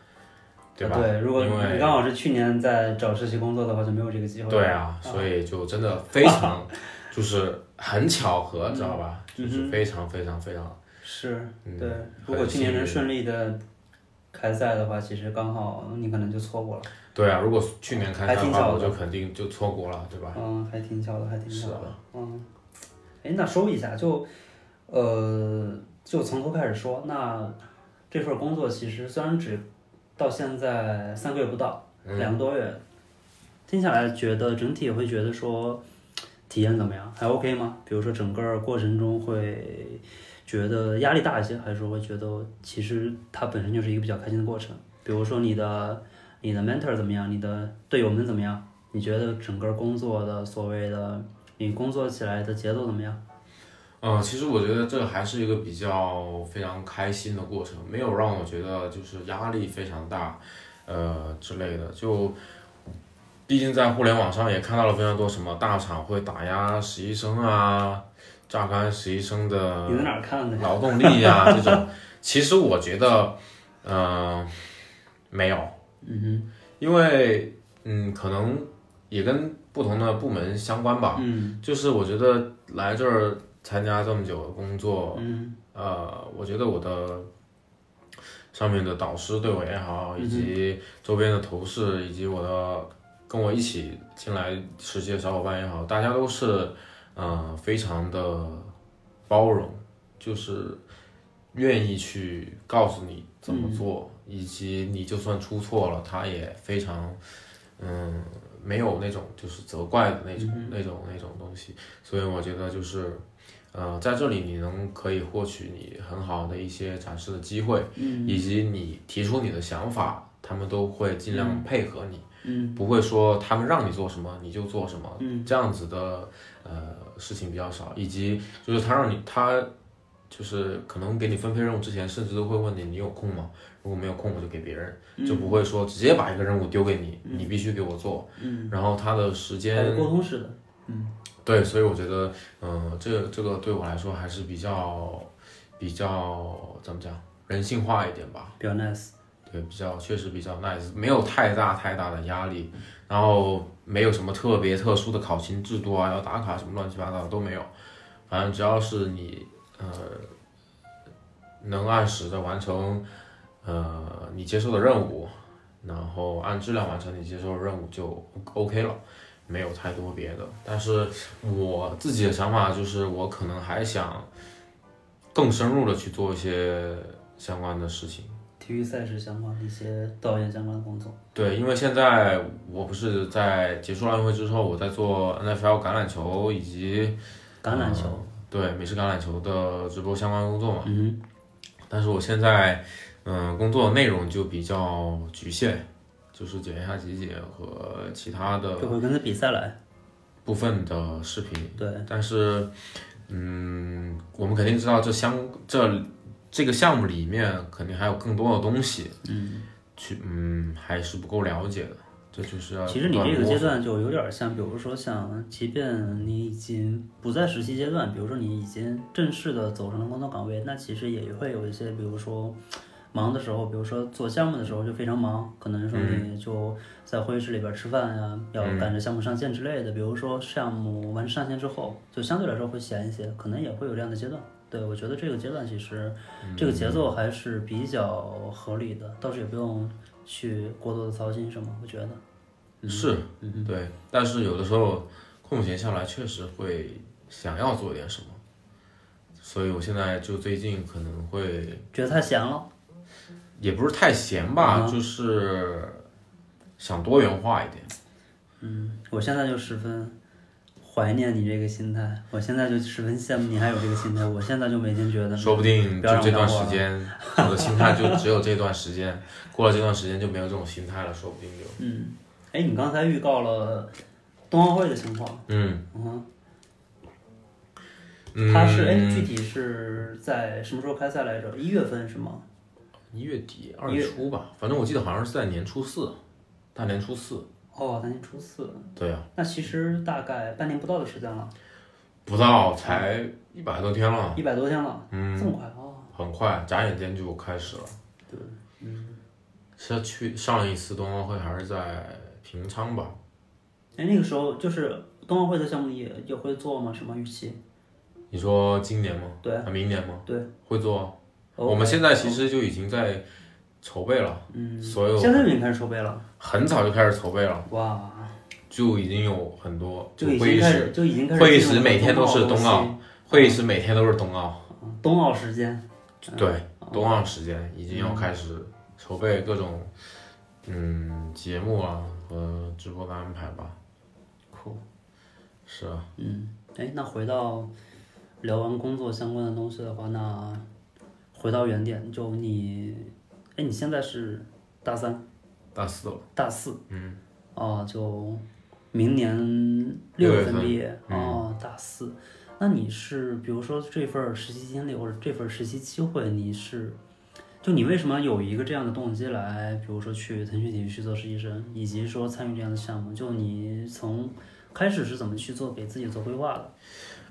S1: 对吧？
S2: 嗯对，如果
S1: 因
S2: 你
S1: 为
S2: 刚好是去年在找实习工作的话，就没有这个机会。
S1: 对，啊，所以就真的非 常，就是很巧合，知道吧？
S2: 嗯
S1: 就是非常非常非常，
S2: 是，
S1: 嗯
S2: 对。
S1: 很
S2: 如果去年
S1: 幸
S2: 能
S1: 运
S2: 顺利的开赛的话，其实刚好你可能就错过了。
S1: 对啊，如果去年开
S2: 还
S1: 赛的
S2: 挺
S1: 话，
S2: 巧
S1: 我就肯定就错过了，对吧？
S2: 嗯，还挺巧的，还挺巧
S1: 是
S2: 的。嗯，哎，那说一下，就呃，就从头开始说。那这份工作其实虽然只到现在三个月不到，两个多月，听下来觉得整体会觉得说体验怎么样？还 OK 吗？比如说整个过程中会觉得压力大一些，还是说会觉得其实它本身就是一个比较开心的过程？比如说你的你的 mentor 怎么样？你的队友们怎么样？你觉得整个工作的所谓的你工作起来的节奏怎么样？
S1: 嗯，其实我觉得这还是一个比较非常开心的过程，没有让我觉得就是压力非常大，呃之类的。就，毕竟在互联网上也看到了非常多什么大厂会打压实习生啊，榨干实习生 的
S2: 你在哪儿看的？
S1: 劳动力呀、这种。其实我觉得，嗯、没有，
S2: 嗯
S1: 因为嗯，可能也跟不同的部门相关吧。
S2: 哼，嗯
S1: 就是我觉得来这儿参加这么久的工作，
S2: 嗯
S1: 呃，我觉得我的
S2: 嗯
S1: 上面的导师对我也好，以及周边的同事，以及我的跟我一起进来实习的小伙伴也好，大家都是呃非常的包容，就是愿意去告诉你怎么做，
S2: 嗯
S1: 以及你就算出错了，他也非常嗯没有那种就是责怪的那种、那种那种东西，所以我觉得就是。呃，在这里你能可以获取你很好的一些展示的机会，
S2: 嗯
S1: 以及你提出你的想法，他们都会尽量配合你，嗯，不会说他们让你做什么你就做什么，嗯，这样子的呃事情比较少，以及就是他让你他就是可能给你分配任务之前，甚至都会问你你有空吗？如果没有空，我就给别
S2: 嗯
S1: 人，就不会说直接把一个任务丢给你，你必须给我做，嗯，然后他的时间
S2: 还是沟通式的，
S1: 对，所以我觉得，嗯、这个这个对我来说还是比较比较怎么讲，人性化一点吧。
S2: 比较 nice。
S1: 对，比较确实比较 nice，没有太大太大的压力，然后没有什么特别特殊的考勤制度啊，要打卡什么乱七八糟的都没有，反正只要是你呃能按时的完成呃你接受的任务，然后按质量完成你接受的任务就 OK 了，没有太多别的。但是我自己的想法就是，我可能还想更深入的去做一些相关的事情。
S2: 体育赛事相关的一些导演相关的工作，
S1: 对，因为现在我不是在结束了奥运会之后，我在做 NFL 橄榄球以及
S2: 橄榄球，
S1: 嗯对美式橄榄球的直播相关工作嘛。
S2: 嗯
S1: 但是我现在，嗯，工作内容就比较局限，就是剪一下集锦和其他的
S2: 哼，就会跟着比赛来，
S1: 部分的视频。
S2: 对，
S1: 但是，嗯，我们肯定知道这相这这个项目里面肯定还有更多的东西，嗯，去嗯还是不够了解的，这就是要
S2: 其实你
S1: 不断
S2: 这个
S1: 摸
S2: 阶段就有点像，比如说像，即便你已经不在实习阶段，比如说你已经正式的走上了工作岗位，那其实也会有一些，比如说忙的时候，比如说做项目的时候就非常忙，可能说你就在会议室里边吃饭呀、要赶着项目上线之类的。比如说项目完上线之后，就相对来说会闲一些，可能也会有这样的阶段。对，我觉得这个阶段其实这个节奏还是比较合理的，倒是也不用去过多的操心什么，我觉得。嗯
S1: 是，对，但是有的时候空闲下来确实会想要做点什么，所以我现在就最近可能会
S2: 觉得太闲了。
S1: 也不是太闲
S2: 嗯
S1: 吧，就是想多元化一点。
S2: 嗯，我现在就十分怀念你这个心态，我现在就十分羡慕你还有这个心态。我现在就每天觉得，
S1: 说不定
S2: 不要
S1: 就这
S2: 让
S1: 段
S2: 我当
S1: 时
S2: 官
S1: 间，我的心态就只有这段时间， 过了这段时间就没有这种心态了，说不定就
S2: 嗯，哎，你刚才预告了冬奥会的情况，
S1: 嗯
S2: 嗯，
S1: 嗯，
S2: 它是哎，具体是在什么时候开赛来着？一月份是吗？
S1: 一月底二月初吧，反正我记得好像是在年初四，大年初四，
S2: 哦，大年初四，
S1: 对啊，
S2: 那其实大概半年不到的时间了，
S1: 不到才一百多天了，
S2: 一百多天了，
S1: 啊嗯，
S2: 这么快哦。
S1: 很快，眨眼间就开始了。
S2: 对，嗯
S1: 是去上一次冬奥会还是在平昌吧？
S2: 哎，那个时候就是冬奥会的项目也也会做吗？什么预期？
S1: 你说今年吗？
S2: 对
S1: 啊，明年吗？
S2: 对，
S1: 会做。啊
S2: 哦
S1: 我们现在其实就已经在筹备了，
S2: 嗯，
S1: 所有啊
S2: 现在就已经开始筹备了，
S1: 很早就开始筹备了，
S2: 哇。
S1: 就已经有很多
S2: 就已
S1: 会
S2: 经
S1: 议
S2: 开
S1: 室，
S2: 始，就已经开始
S1: 会议
S2: 进入
S1: 室每天都是冬
S2: 冬
S1: 奥
S2: 奥
S1: 会议室每天都是冬奥，
S2: 期，冬奥时间。嗯
S1: 对，
S2: 哦
S1: 冬奥时间已经要开始筹备各种嗯节目啊和直播的安排吧。
S2: 酷，
S1: 是啊，
S2: 嗯，哎，那回到聊完工作相关的东西的话，那回到原点，就你，哎，你现在是大三、
S1: 大四了，
S2: 大四，
S1: 嗯，
S2: 哦，就明年
S1: 六
S2: 六
S1: 月
S2: 月份
S1: 份
S2: 毕业，
S1: 嗯
S2: 哦，大四。那你是比如说这份儿实习经历或者这份儿实习机会，你是就你为什么有一个这样的动机来，比如说去腾讯体育去做实习生，以及说参与这样的项目？就你从开始是怎么去做给自己做规划的？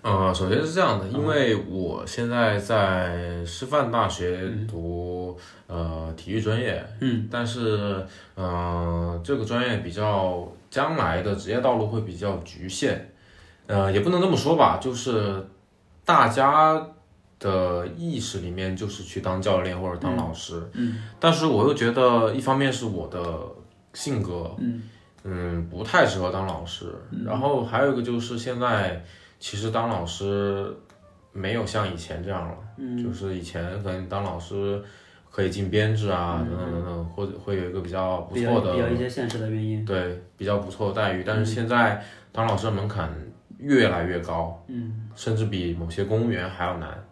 S1: 呃，首先是这样的，因为我现在在师范大学读、呃体育专业，嗯，但是呃这个专业比较将来的职业道路会比较局限，呃也不能这么说吧，就是大家的意识里面就是去当教练或者当老师，嗯，但是我又觉得一方面是我的性格，嗯，嗯，不太适合当老师。
S2: 嗯
S1: 然后还有一个就是现在其实当老师没有像以前这样了，
S2: 嗯
S1: 就是以前可能当老师可以进编制啊，等等等等，或者会有一个比较哦不
S2: 嗯比
S1: 错
S2: 较
S1: 的
S2: 比较一些现实的原因。
S1: 对比较不错的待遇，但是
S2: 嗯
S1: 现在当老师的门槛越来越高，嗯，甚至比某些公务员还要难，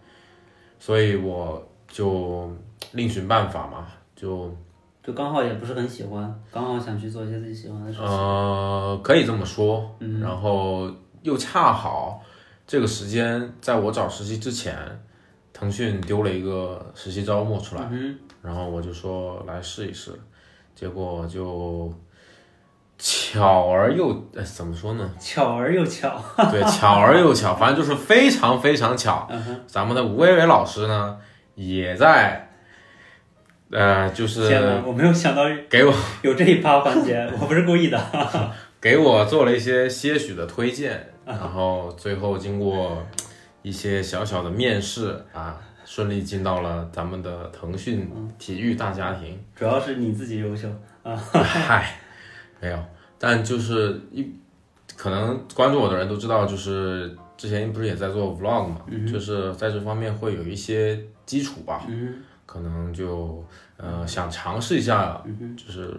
S1: 所以我就另寻办法嘛，就
S2: 就刚好也不是很喜欢，刚好想去做一些自己喜欢的事。嗯
S1: 呃可以这么说，然后又恰好这个时间在我找实习之前，腾讯丢了一个实习招募出来。
S2: 来，嗯，
S1: 然后我就说来试一试，结果就巧而又哎怎么说呢？
S2: 巧而又巧，
S1: 对，巧而又巧，反正就是非常非常巧。咱们的吴伟伟老师呢，也在，呃，就是
S2: 天哪，我没有想到
S1: 给我
S2: 有这一趴环节，我不是故意的。
S1: 给我做了一些些许的推荐，然后最后经过一些小小的面试啊，顺利进到了咱们的腾讯体育大家庭。
S2: 主要是你自己优秀，
S1: 嗨，没有，但就是一可能关注我的人都知道，就是之前不是也在做 vlog 嘛，
S2: 嗯
S1: 就是在这方面会有一些基础吧，
S2: 嗯
S1: 可能就呃想尝试一下，
S2: 嗯
S1: 就是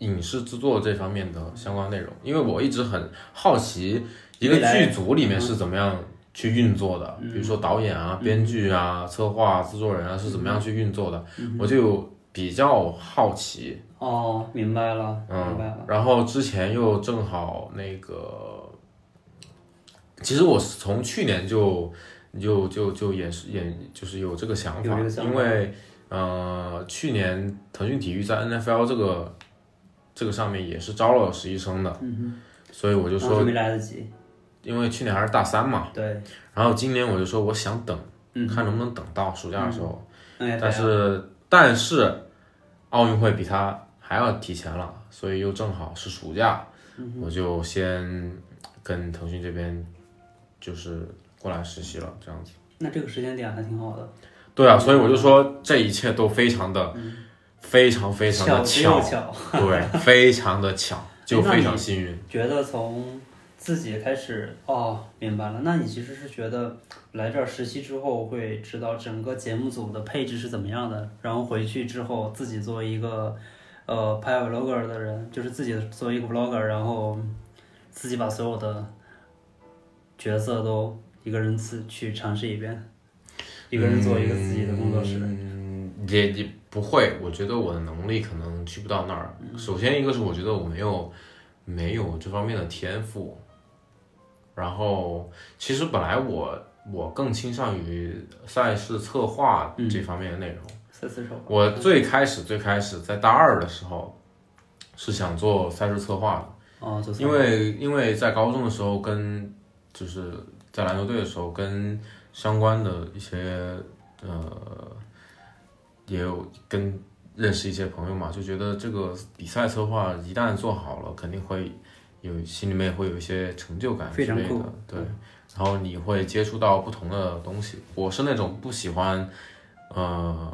S1: 影视制作这方面的相关内容，因为我一直很好奇一个
S2: 未来嗯
S1: 剧组里面是怎么样。去运作的，比如说导演啊、编剧啊、策划啊、制作人啊是怎么
S2: 嗯
S1: 样去运作的，我就有比较好奇，
S2: 哦，明白了，明白了。
S1: 嗯，然后之前又正好那个，其实我是从去年就就就就也是也就是有这个想
S2: 有
S1: 法，
S2: 这个想法
S1: 因为呃去年腾讯体育在 NFL 这个这个上面也是招了实习生的，所以我就
S2: 嗯当
S1: 说，
S2: 时没来得及，
S1: 因为去年还是大三嘛，
S2: 对，
S1: 然后今年我就说我想等，
S2: 嗯
S1: 看能不能等到暑假的时候。
S2: 那也
S1: 但是但是奥运会比它还要提前了，所以又正好是暑假，我就先跟腾讯这边就是过来实习了，这样子。
S2: 那这个时间点还挺好的，
S1: 对啊，所以我就说这一切都非常的、非常非常的
S2: 之又
S1: 巧，
S2: 巧。
S1: 对，非常的巧，就非常幸运。
S2: 觉得从自己开始，哦，明白了。那你其实是觉得来这儿实习之后会知道整个节目组的配置是怎么样的，然后回去之后自己作为一个呃拍 vlogger 的人，就是自己作为一个 vlogger，然后自己把所有的角色都一个人自去尝试一遍，一个人做一个自己的工作室。
S1: 嗯，也也不会，我觉得我的能力可能去不到那儿。首先一个是我觉得我没有没有这方面的天赋，然后其实本来我我更倾向于赛事策划这方面的内容。
S2: 四四手，
S1: 我最开始最开始在大二的时候是想做赛事策划的。
S2: 哦，就
S1: 因为因为在高中的时候跟就是在篮球队的时候跟相关的一些呃也有跟认识一些朋友嘛，就觉得这个比赛策划一旦做好了，肯定会有心里面会有一些成就感之
S2: 非常
S1: 类的
S2: 酷，嗯
S1: 对。然后你会接触到不同的东西。我是那种不喜欢呃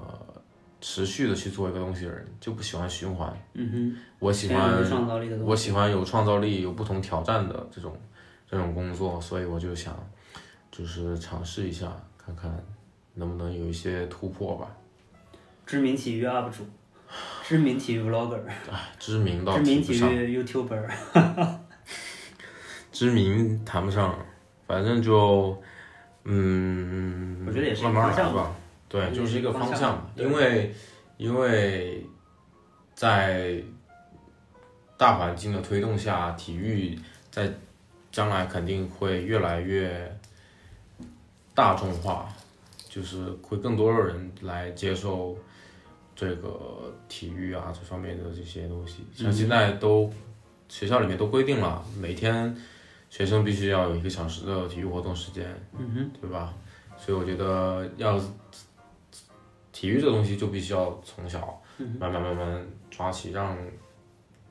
S1: 持续的去做一个东西的人，就不喜欢循环。
S2: 嗯
S1: 我
S2: 哼，
S1: 喜
S2: 偏
S1: 欢
S2: 向于创造力的东西。
S1: 我喜欢有创造力、有不同挑战的这种这种工作，所以我就想，就是尝试一下，看看能不能有一些突破吧。
S2: 知名体育 UP 主，知名体育 vlogger。
S1: 唉，知名到
S2: 知
S1: 提
S2: 名
S1: 不
S2: 体
S1: 上，
S2: 育 YouTuber，
S1: 知名谈不上，反正就，嗯，
S2: 我觉得也是一个
S1: 慢慢
S2: 方向
S1: 来吧。
S2: 也
S1: 对，
S2: 是
S1: 就是
S2: 一
S1: 一
S2: 个
S1: 个方
S2: 方
S1: 向
S2: 向
S1: 嘛，
S2: 对
S1: 因为因为在大环境的推动下，体育在将来肯定会越来越大众化，就是会更多的人来接受这个体育啊这方面的这些东西。像现在都、学校里面都规定了，每天学生必须要有一个小时的体育活动时间，
S2: 嗯哼，
S1: 对吧？所以我觉得要体育这东西就必须要从小
S2: 嗯
S1: 慢慢慢慢抓起，让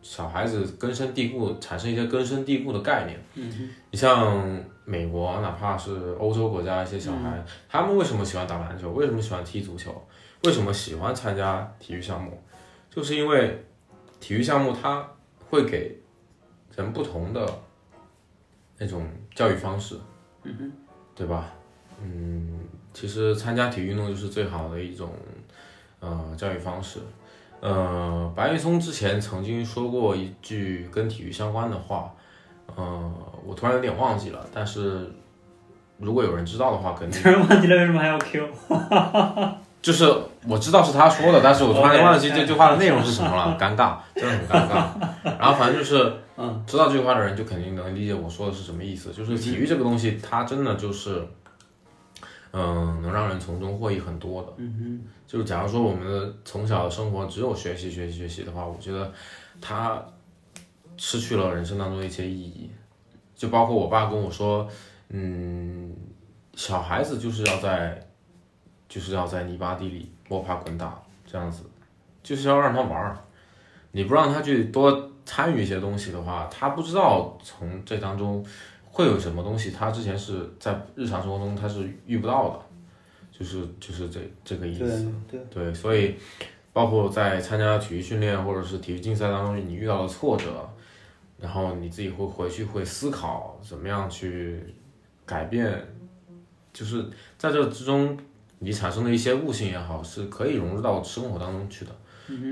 S1: 小孩子根深蒂固产生一些根深蒂固的概念。
S2: 嗯
S1: 你像美国，哪怕是欧洲国家一些小
S2: 嗯
S1: 孩，他们为什么喜欢打篮球？为什么喜欢踢足球？为什么喜欢参加体育项目？就是因为体育项目它会给人不同的那种教育方式，对吧？嗯，其实参加体育运动就是最好的一种呃教育方式。呃，白岩松之前曾经说过一句跟体育相关的话，呃，我突然有点忘记了，但是如果有人知道的话，肯定
S2: 突然忘记了为什么还要 Q，
S1: 就是我知道是他说的，但是我突然
S2: OK
S1: 忘记这句话的内容是什么了，尴尬，真的很尴尬。然后反正就是，知道这句话的人就肯定能理解我说的是什么意思。就是体育这个东西，它真的就是，嗯、能让人从中获益很多的。嗯就是假如说我们的从小的生活只有学习、学习、学习的话，我觉得它失去了人生当中的一些意义。就包括我爸跟我说，嗯，小孩子就是要在就是要在泥巴地里摸爬滚打，这样子，就是要让他玩儿。你不让他去多参与一些东西的话，他不知道从这当中会有什么东西，他之前是在日常生活中他是遇不到的，就是就是这这个意思。
S2: 对，
S1: 对，所以包括在参加体育训练或者是体育竞赛当中，你遇到了挫折，然后你自己会回去会思考怎么样去改变，就是在这之中你产生的一些悟性也好，是可以融入到生活当中去的。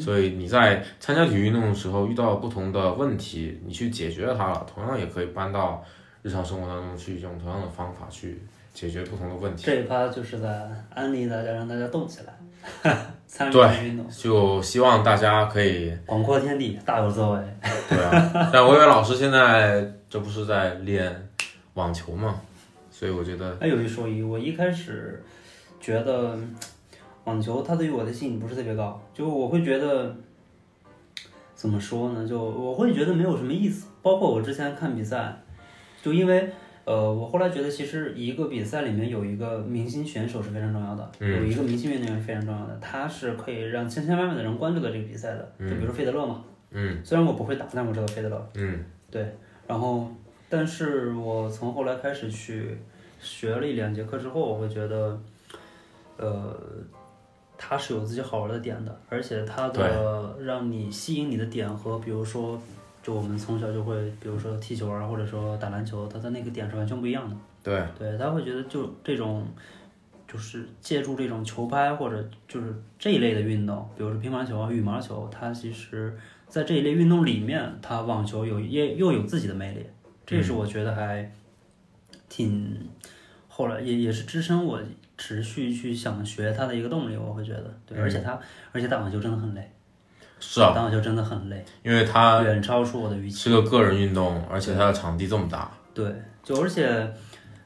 S1: 所以你在参加体育运动的时候遇到不同的问题，你去解决它了，同样也可以搬到日常生活当中去，用同样的方法去解决不同的问题。
S2: 这一趴就是在安利大家，让大家动起来， 参与
S1: 对
S2: 体育运动，
S1: 就希望大家可以
S2: 广阔天地，大有作为。
S1: 对啊， 但维维老师现在这不是在练网球嘛，所以我觉得
S2: 哎，有一说一，我一开始觉得嗯网球它对于我的吸引不是特别高，就我会觉得怎么说呢？就我会觉得没有什么意思。包括我之前看比赛，就因为呃，我后来觉得其实一个比赛里面有一个明星选手是非常重要的，
S1: 嗯
S2: 有一个明星运动员是非常重要的，他是可以让千千万万的人关注到这个比赛的。就比如说费德勒嘛，嗯，虽然我不会打，但我知道费德勒。
S1: 嗯
S2: 对，然后但是我从后来开始去学了一两节课之后，我会觉得，呃，它是有自己好玩的点的，而且它的让你吸引你的点和比如说。就我们从小就会，比如说踢球啊，或者说打篮球，它的那个点是完全不一样的。
S1: 对
S2: 对，他会觉得就这种，就是借助这种球拍或者就是这一类的运动，比如说乒乓球啊、羽毛球，它其实在这一类运动里面，它网球有也又有自己的魅力，这是我觉得还挺后来也也是支撑我持续去想学它的一个动力，我会觉得对，而且它而且打网球真的很累，
S1: 嗯是啊，
S2: 打网球真的很累，
S1: 因为它
S2: 远超出我的预
S1: 是
S2: 期。
S1: 个个人运动，而且它的场地这么大，
S2: 对，就而且，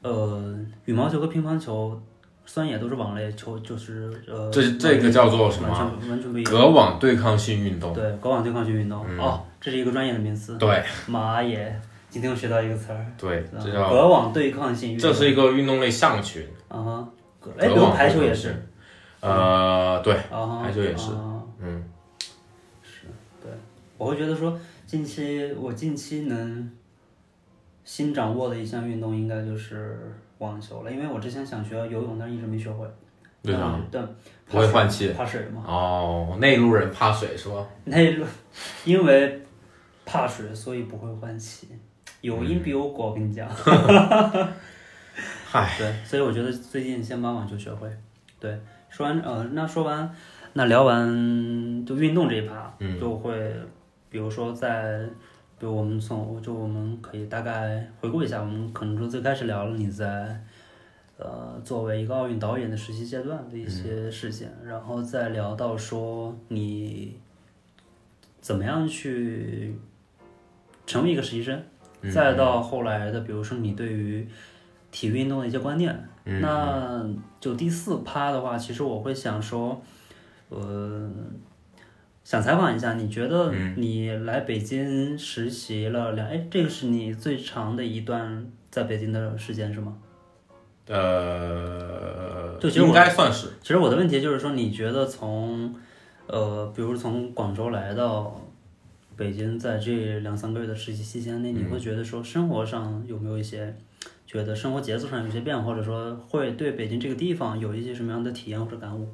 S2: 呃，羽毛球和乒乓球虽然也都是网类球，就是呃，
S1: 这这个叫做什
S2: 完
S1: 么？
S2: 全完全不一样。
S1: 隔网对抗性运动。嗯
S2: 对，隔网对抗性运动、哦，这是一个专业的名词。
S1: 对
S2: 妈耶，今天又学到一个词儿，
S1: 对，这叫
S2: 隔网对抗性运动。
S1: 这是一个运动类项群。
S2: 啊哈，隔哎，比
S1: 隔
S2: 如
S1: 网
S2: 排球
S1: 对
S2: 也
S1: 抗
S2: 是，
S1: 性。呃，对，
S2: 啊哈，
S1: 排球也是
S2: 啊哈
S1: 嗯，
S2: 我会觉得说，近期我近期能新掌握的一项运动应该就是网球了，因为我之前想学游泳，但是一直没学会。
S1: 对啊，
S2: 对，
S1: 不会换气。
S2: 怕水嘛。
S1: 哦，内陆人怕水是吧？
S2: 那一轮因为怕水，所以不会换气。有因
S1: 嗯
S2: 必有果，我跟你讲。
S1: 嗨，
S2: 对，所以我觉得最近先把网球学会。对，说完呃，那说完，那聊完就运动这一趴，就会比如说在，比如我们从就我们可以大概回顾一下，我们可能说最开始聊了你在。呃，作为一个奥运导演的实习阶段的一些事情，然后再聊到说你怎么样去成为一个实习生，再到后来的，比如说你对于体育运动的一些观念，
S1: 嗯
S2: 那就第四趴的话，其实我会想说，呃，想采访一下，你觉得你来北京实习了两，哎，这个是你最长的一段在北京的时间是吗？
S1: 呃，
S2: 对其实我
S1: 应该算是。
S2: 其实我的问题就是说，你觉得从，呃，比如从广州来到北京，在这两三个月的实习期间内，你会觉得说生活上有没有一些，觉得生活节奏上有些变化，或者说会对北京这个地方有一些什么样的体验或者感悟？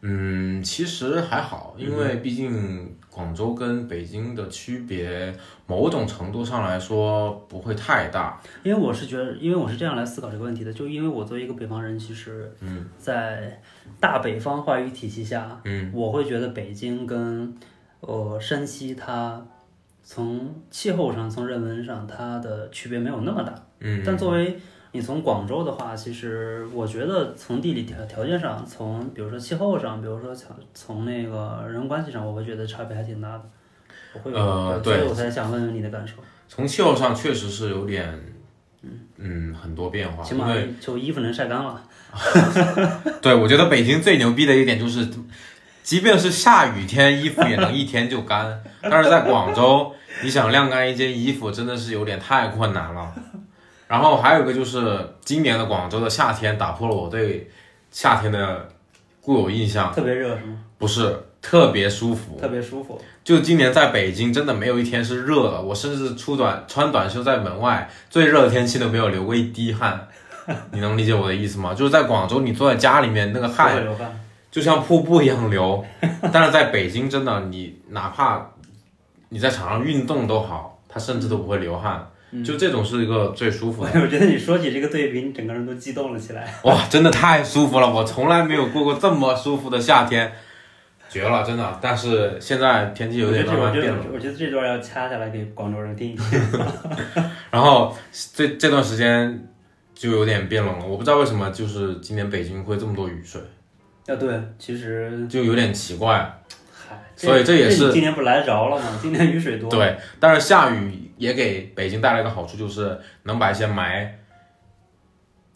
S1: 嗯，其实还好，因为毕竟广州跟北京的区别，某种程度上来说不会太大。
S2: 因为我是觉得，因为我是这样来思考这个问题的，就因为我作为一个北方人，其实，
S1: 嗯
S2: 在大北方话语体系下，嗯，我会觉得北京跟呃山西，它从气候上、从人文上，它的区别没有那么大。
S1: 嗯，
S2: 但作为你从广州的话，其实我觉得从地理条条件上，从比如说气候上，比如说从从那个人文关系上，我会觉得差别还挺大的。我会有，
S1: 呃
S2: 所以
S1: 对
S2: 我才想问问你的感受。
S1: 从气候上确实是有点，嗯，很多变化。
S2: 起
S1: 因
S2: 码
S1: 为
S2: 就衣服能晒干了。
S1: 对我觉得北京最牛逼的一点就是，即便是下雨天，衣服也能一天就干。但是在广州，你想晾干一件衣服，真的是有点太困难了。然后还有一个就是，今年的广州的夏天打破了我对夏天的固有印象，
S2: 特别热是吗？
S1: 不是特别舒服。
S2: 特别舒服。
S1: 就今年在北京，真的没有一天是热的。我甚至出短穿短袖在门外，最热的天气都没有流过一滴汗。你能理解我的意思吗？就是在广州，你坐在家里面，那个
S2: 不
S1: 汗
S2: 会流汗。
S1: 就像瀑布一样流。但是在北京，真的你哪怕你在场上运动都好，它甚至都不会流汗。
S2: 嗯
S1: 就这种是一个最舒服
S2: 我
S1: 的，
S2: 我觉得你说起这个对比，你整个人都激动了起来。
S1: 哇，真的太舒服了！我从来没有过过这么舒服的夏天，绝了，真的。但是现在天气有
S2: 我觉
S1: 点
S2: 得
S1: 慢
S2: 这，我
S1: 慢
S2: 觉
S1: 变了
S2: 得，我觉得这段要掐下来给广州人听一听。
S1: 然后这这段时间就有点变冷了。我不知道为什么，就是今年北京会这么多雨水，
S2: 啊，对，其实，
S1: 就有点奇怪。
S2: 嗨，
S1: 所以这也
S2: 这
S1: 是
S2: 你今年不来着了吗？今年雨水多。
S1: 对，但是下雨也给北京带来一个好处，就是能把一些霾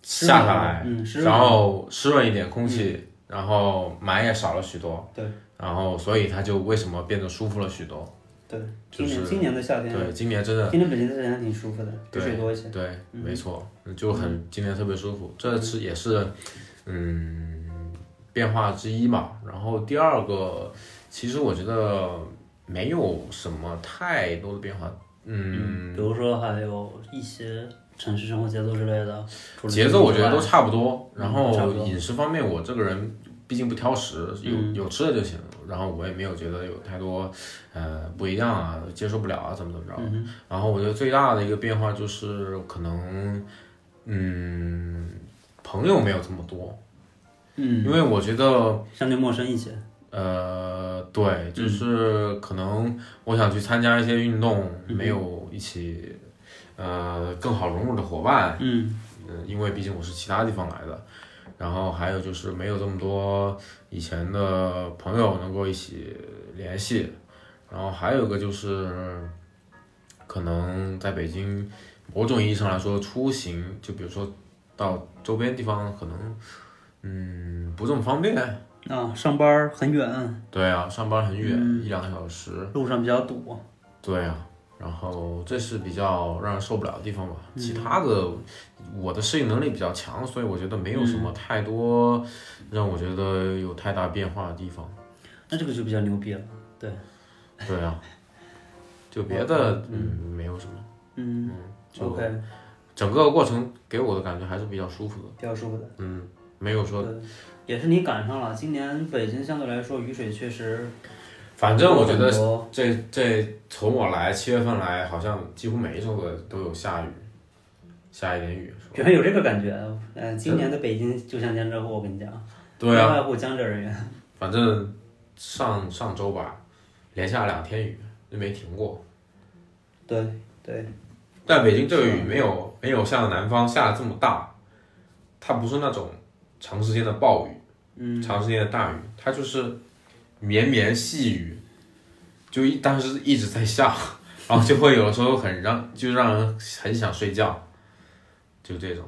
S2: 湿
S1: 下
S2: 润
S1: 下
S2: 了
S1: 来，
S2: 嗯，湿润
S1: 然
S2: 了
S1: 后湿润一点空气，然后霾也少了许多。
S2: 对，
S1: 然后所以它就为什么变得舒服了许多？
S2: 对，
S1: 就
S2: 今
S1: 是
S2: 年今年的夏天，
S1: 对，今年真的
S2: 今年北京的夏天还挺舒服的，雨
S1: 对
S2: 水多一些。
S1: 对，
S2: 嗯
S1: 没错，就很今年特别舒服，这是也是嗯变化之一吧。然后第二个，其实我觉得没有什么太多的变化，嗯，
S2: 比如说还有一些城市生活节奏之类的，除了
S1: 节奏我觉得都差不多。
S2: 嗯
S1: 然
S2: 差
S1: 后
S2: 不多
S1: 饮食方面，我这个人毕竟不挑食，有
S2: 嗯
S1: 有吃的就行。然后我也没有觉得有太多呃不一样啊，接受不了啊，怎么怎么着。
S2: 嗯哼，
S1: 然后我觉得最大的一个变化就是可能，嗯，朋友没有这么多，
S2: 嗯，
S1: 因为我觉得，
S2: 相对陌生一些。
S1: 呃，对，
S2: 嗯
S1: 就是可能我想去参加一些运动，没
S2: 嗯
S1: 有一起，呃，更好融入的伙伴，
S2: 嗯，
S1: 嗯，因为毕竟我是其他地方来的，然后还有就是没有这么多以前的朋友能够一起联系，然后还有一个就是，可能在北京某种意义上来说，出行就比如说到周边地方可能，嗯，不这么方便。
S2: 啊，上班儿很远，
S1: 对啊，上班很远，一两个小时。
S2: 路上比较堵。
S1: 对啊，然后这是比较让人受不了的地方吧。其他的，我的适应能力比较强，所以我觉得没有什么太多让我觉得有太大变化的地方。
S2: 那这个就比较牛逼了。
S1: 对啊，就别的嗯没有什么，
S2: 嗯
S1: 就
S2: ，OK，
S1: 整个过程给我的感觉还是比较舒服的。
S2: 比较舒服的。
S1: 嗯，没有说，
S2: 对，也是你赶上了。今年北京相对来说雨水确实，
S1: 反正我觉得
S2: 得
S1: 这这从我来七月份来，好像几乎每一周的都有下雨，下一点雨。是吧
S2: 原来有这个感觉。嗯，今年的北京就像江浙沪，我跟你讲，
S1: 呃对啊，
S2: 不外乎江浙人员。
S1: 反正上上周吧，连下两天雨，就没停过。
S2: 对对，
S1: 但北京这个雨没有没有像南方下的这么大，它不是那种长时间的暴雨，
S2: 嗯，
S1: 长时间的大雨，它就是绵绵细雨，就一但是一直在下，然后就会有的时候很让就让人很想睡觉，就这种。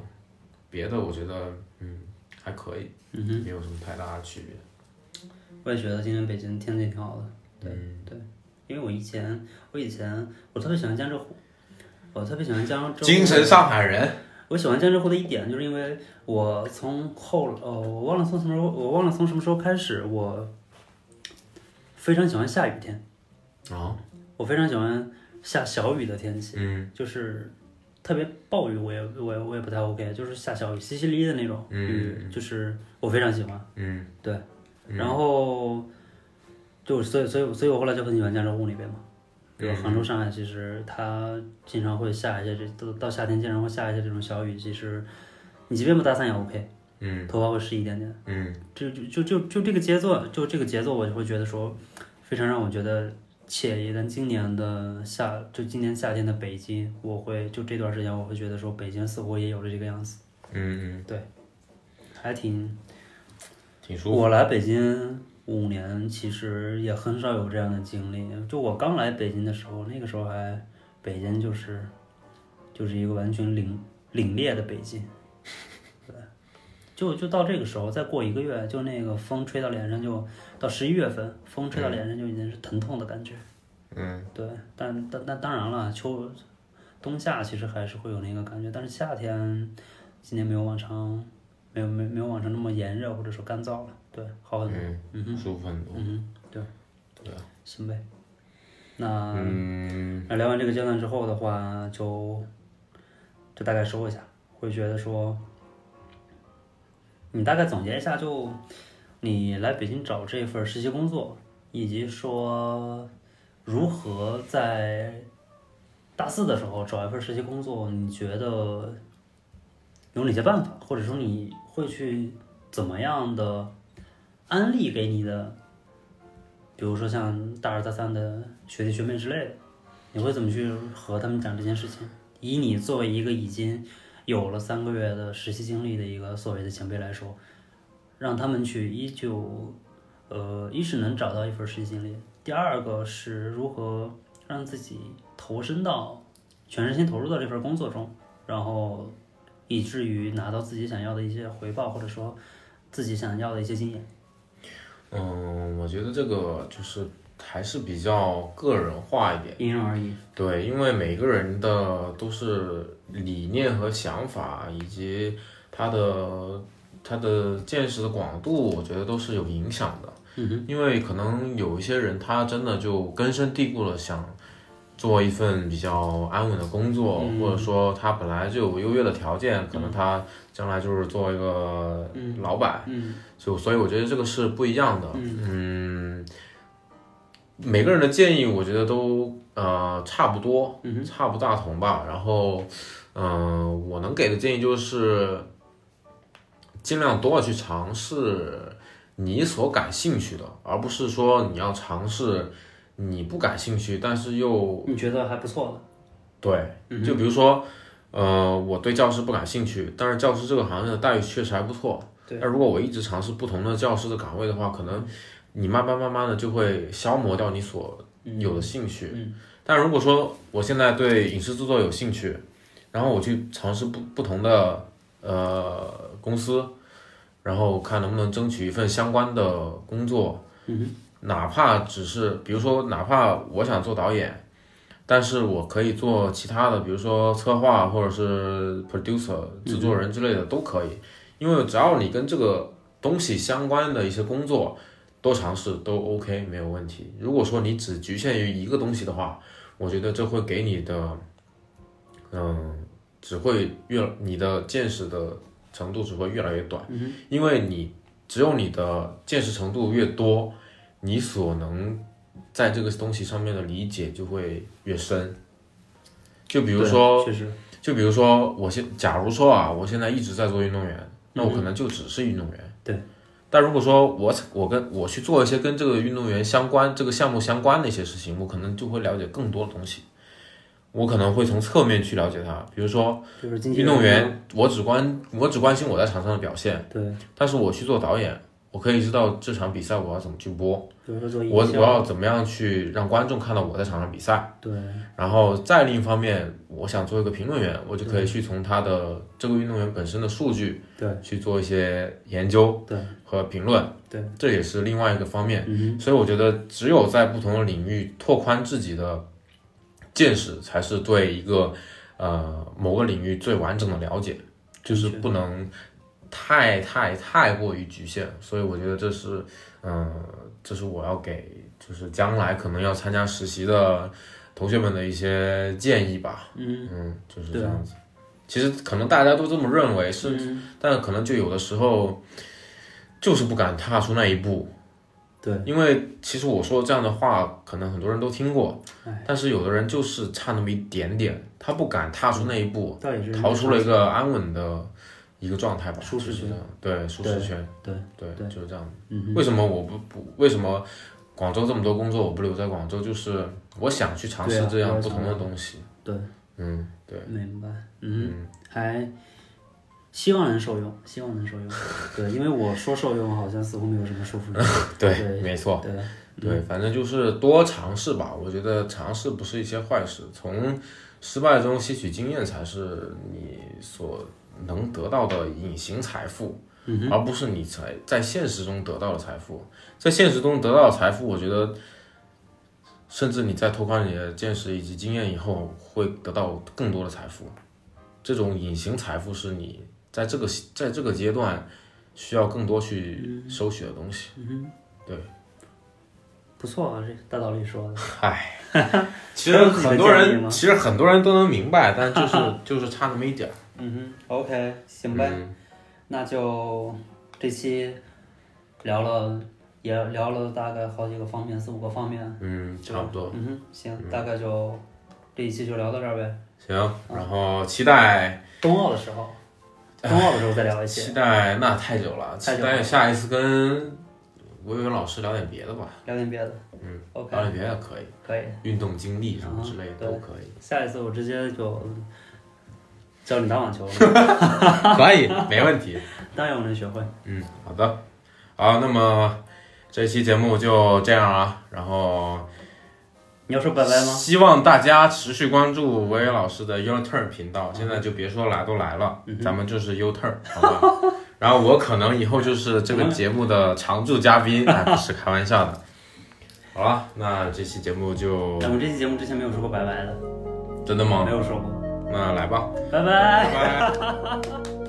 S1: 别的我觉得嗯还可以，
S2: 嗯
S1: 没有什么太大的区别。
S2: 我也觉得今年北京天气挺好的。对、
S1: 嗯
S2: 对，因为我以前我以前我特别喜欢江浙沪，我特别喜欢江浙沪。
S1: 精神上海人。
S2: 我喜欢江浙沪的一点，就是因为我从后呃，我忘了从什么时候，我忘了从什么时候开始，我非常喜欢下雨天，嗯
S1: 哦，
S2: 我非常喜欢下小雨的天气，
S1: 嗯
S2: 就是特别暴雨，我也我也我也不太 OK，就是下小雨淅淅沥沥的那种
S1: 嗯
S2: 雨，就是我非常喜欢。
S1: 嗯，
S2: 对，然后就所以所以所以我后来就很喜欢江浙沪那边嘛，
S1: 嗯
S2: 比如杭州、上海，其实它经常会下一些这都到夏天经常会下一些这种小雨，其实你即便不打伞也 OK，
S1: 嗯
S2: 头发会湿一点点。
S1: 嗯
S2: 就就就就就这个节奏，就这个节奏，我就会觉得说，非常让我觉得惬意。但今年的夏，就今年夏天的北京，我会就这段时间，我会觉得说，北京似乎也有了这个样子，
S1: 嗯，
S2: 还挺。
S1: 挺舒服。
S2: 我来北京五年，其实也很少有这样的经历。就我刚来北京的时候，那个时候还北京就是，就是一个完全凛凛冽的北京。 对，就就到这个时候，再过一个月，就那个风吹到脸上就，到十一月份，风吹到脸上就已经是疼痛的感觉。
S1: 嗯，
S2: 对，但但但当然了，秋冬夏其实还是会有那个感觉，但是夏天今年没有往常，没有没有没有往常那么炎热或者说干燥了，对，好很多，
S1: 嗯
S2: 嗯哼，
S1: 舒服很多。
S2: 嗯哼，对，
S1: 对啊
S2: 行呗。那
S1: 嗯，
S2: 那聊完这个阶段之后的话，就就大概说一下，会觉得说，你大概总结一下就，你来北京找这份实习工作，以及说如何在大四的时候找一份实习工作，你觉得有哪些办法，或者说你会去怎么样的安利给你的，比如说像大二大三的学弟学妹之类的。你会怎么去和他们讲这件事情？以你作为一个已经有了三个月的实习经历的一个所谓的前辈来说，让他们去依旧，呃，一是能找到一份实习经历，第二个是如何让自己投身到全身心投入到这份工作中，然后以至于拿到自己想要的一些回报，或者说自己想要的一些经验。
S1: 嗯，我觉得这个就是还是比较个人化一点。
S2: 因人而异。
S1: 对，因为每个人的都是理念和想法，以及他的他的见识的广度，我觉得都是有影响的。嗯、因为可能有一些人，他真的就根深蒂固的想做一份比较安稳的工作，
S2: 嗯
S1: 或者说他本来就有优越的条件，可能他将来就是做一个老板。
S2: 嗯
S1: 就所以我觉得这个是不一样的。
S2: 嗯
S1: 嗯，每个人的建议我觉得都呃差不多，
S2: 嗯
S1: 差不大同吧。然后，嗯、我能给的建议就是，尽量多的去尝试你所感兴趣的，而不是说你要尝试你不感兴趣，但是又
S2: 你觉得还不错
S1: 对
S2: 的？嗯
S1: 就比如说，呃，我对教师不感兴趣，但是教师这个行业的待遇确实还不错。
S2: 对
S1: 那如果我一直尝试不同的教师的岗位的话，可能你慢慢慢慢的就会消磨掉你所有的兴趣。
S2: 嗯
S1: 但如果说我现在对影视制作有兴趣，然后我去尝试不不同的呃公司，然后看能不能争取一份相关的工作。嗯哪怕只是比如说，哪怕我想做导演，但是我可以做其他的，比如说策划或者是 producer 制作人之类的、都可以，因为只要你跟这个东西相关的一些工作都尝试都 OK 没有问题。如果说你只局限于一个东西的话，我觉得这会给你的，嗯，只会越你的见识的程度只会越来越短，因为你只有你的见识程度越多，你所能在这个东西上面的理解就会越深。就比如
S2: 对
S1: 说，
S2: 确实，
S1: 就比如说，我现假如说啊，我现在一直在做运动员，那我可能就只是运动员。
S2: 嗯对。
S1: 但如果说我我跟我去做一些跟这个运动员相关、这个项目相关的一些事情，我可能就会了解更多的东西。我可能会从侧面去了解他，比如说
S2: 就是经纪
S1: 运动
S2: 嘛，
S1: 员，我只关我只关心我在场上的表现，
S2: 对，
S1: 但是我去做导演，我可以知道这场比赛我要怎么去播，
S2: 比如说做
S1: 我
S2: 营
S1: 我
S2: 销，
S1: 要怎么样去让观众看到我在场上比赛。
S2: 对。
S1: 然后再另一方面，我想做一个评论员，我就可以去从他的这个运动员本身的数据，
S2: 对，
S1: 去做一些研究，
S2: 对，
S1: 和评论，
S2: 对，
S1: 这也是另外一个方面。
S2: 嗯
S1: 所以我觉得，只有在不同的领域拓宽自己的见识，才是对一个呃某个领域最完整的了解，就是不能太太太过于局限。所以我觉得这是，嗯、这是我要给就是将来可能要参加实习的同学们的一些建议吧。嗯就是这样子。
S2: 嗯
S1: 其实可能大家都这么认为，是，但可能就有的时候。就是不敢踏出那一步。
S2: 对，
S1: 因为其实我说这样的话，可能很多人都听过，
S2: 哎
S1: 但是有的人就是差那么一点点，他不敢踏出那一步，
S2: 倒也是
S1: 逃出了一个安稳的一个状态吧，
S2: 舒适
S1: 就是这样，对，舒适圈，
S2: 对
S1: 对，
S2: 对
S1: 就是这样。
S2: 嗯
S1: 为什么我不不？为什么广州这么多工作我不留在广州？就是我想去尝
S2: 对
S1: 试
S2: 啊
S1: 这样
S2: 我也
S1: 不
S2: 想
S1: 同的东西。
S2: 对，
S1: 嗯，对，
S2: 明白，嗯，还希望能受用，希望 能受用，对，因为我说受用好像似乎没有什么说服力，对
S1: 没错，
S2: 对，
S1: 对，反正就是多尝试吧。我觉得尝试不是一些坏事，从失败中吸取经验才是你所能得到的隐形财富。
S2: 嗯
S1: 而不是你才在现实中得到的财富。在现实中得到的财富，我觉得，甚至你在拓宽你的见识以及经验以后，会得到更多的财富。这种隐形财富是你在这个在这个阶段需要更多去收取的东西。
S2: 不错啊，这大道理说的，
S1: 其实很多
S2: 还有你的建议
S1: 人
S2: 吗
S1: 其实很多人都能明白，但 就是就是差那么一点儿。
S2: 嗯哼，OK，行呗，
S1: 嗯，
S2: 那就这期聊了也聊了大概好几个方面，四五个方面，
S1: 嗯，差不多。
S2: 嗯哼，行，大概就这一期就聊到这儿呗，
S1: 行，然后期待
S2: 冬奥的时候，冬奥的时候再聊一期，
S1: 期待那太久了，
S2: 太
S1: 期
S2: 久了
S1: 待下一次跟维维老师聊点别的吧。
S2: 聊点别的，
S1: 嗯
S2: ，OK，
S1: 当然别的可以，
S2: 可以。
S1: 运动经历什么之类
S2: 啊
S1: 的
S2: 对
S1: 都可以，
S2: 下一次我直接就教你打网球了，
S1: 可以， 没问题。
S2: 当然我能学会。
S1: 嗯，好的，好，那么这期节目就这样啊，然后
S2: 你要说拜拜吗？
S1: 希望大家持续关注维维老师的 U Turn 频道，现在就别说来都来了，咱们就是 U Turn，好吧？ 然后我可能以后就是这个节目的常驻嘉宾，哎，不是开玩笑的。好了，那这期节目就
S2: 哎咱们这期节目之前没有说过拜拜的，
S1: 真的吗
S2: 没？有说过，
S1: 那来吧，
S2: 拜拜。
S1: 拜拜。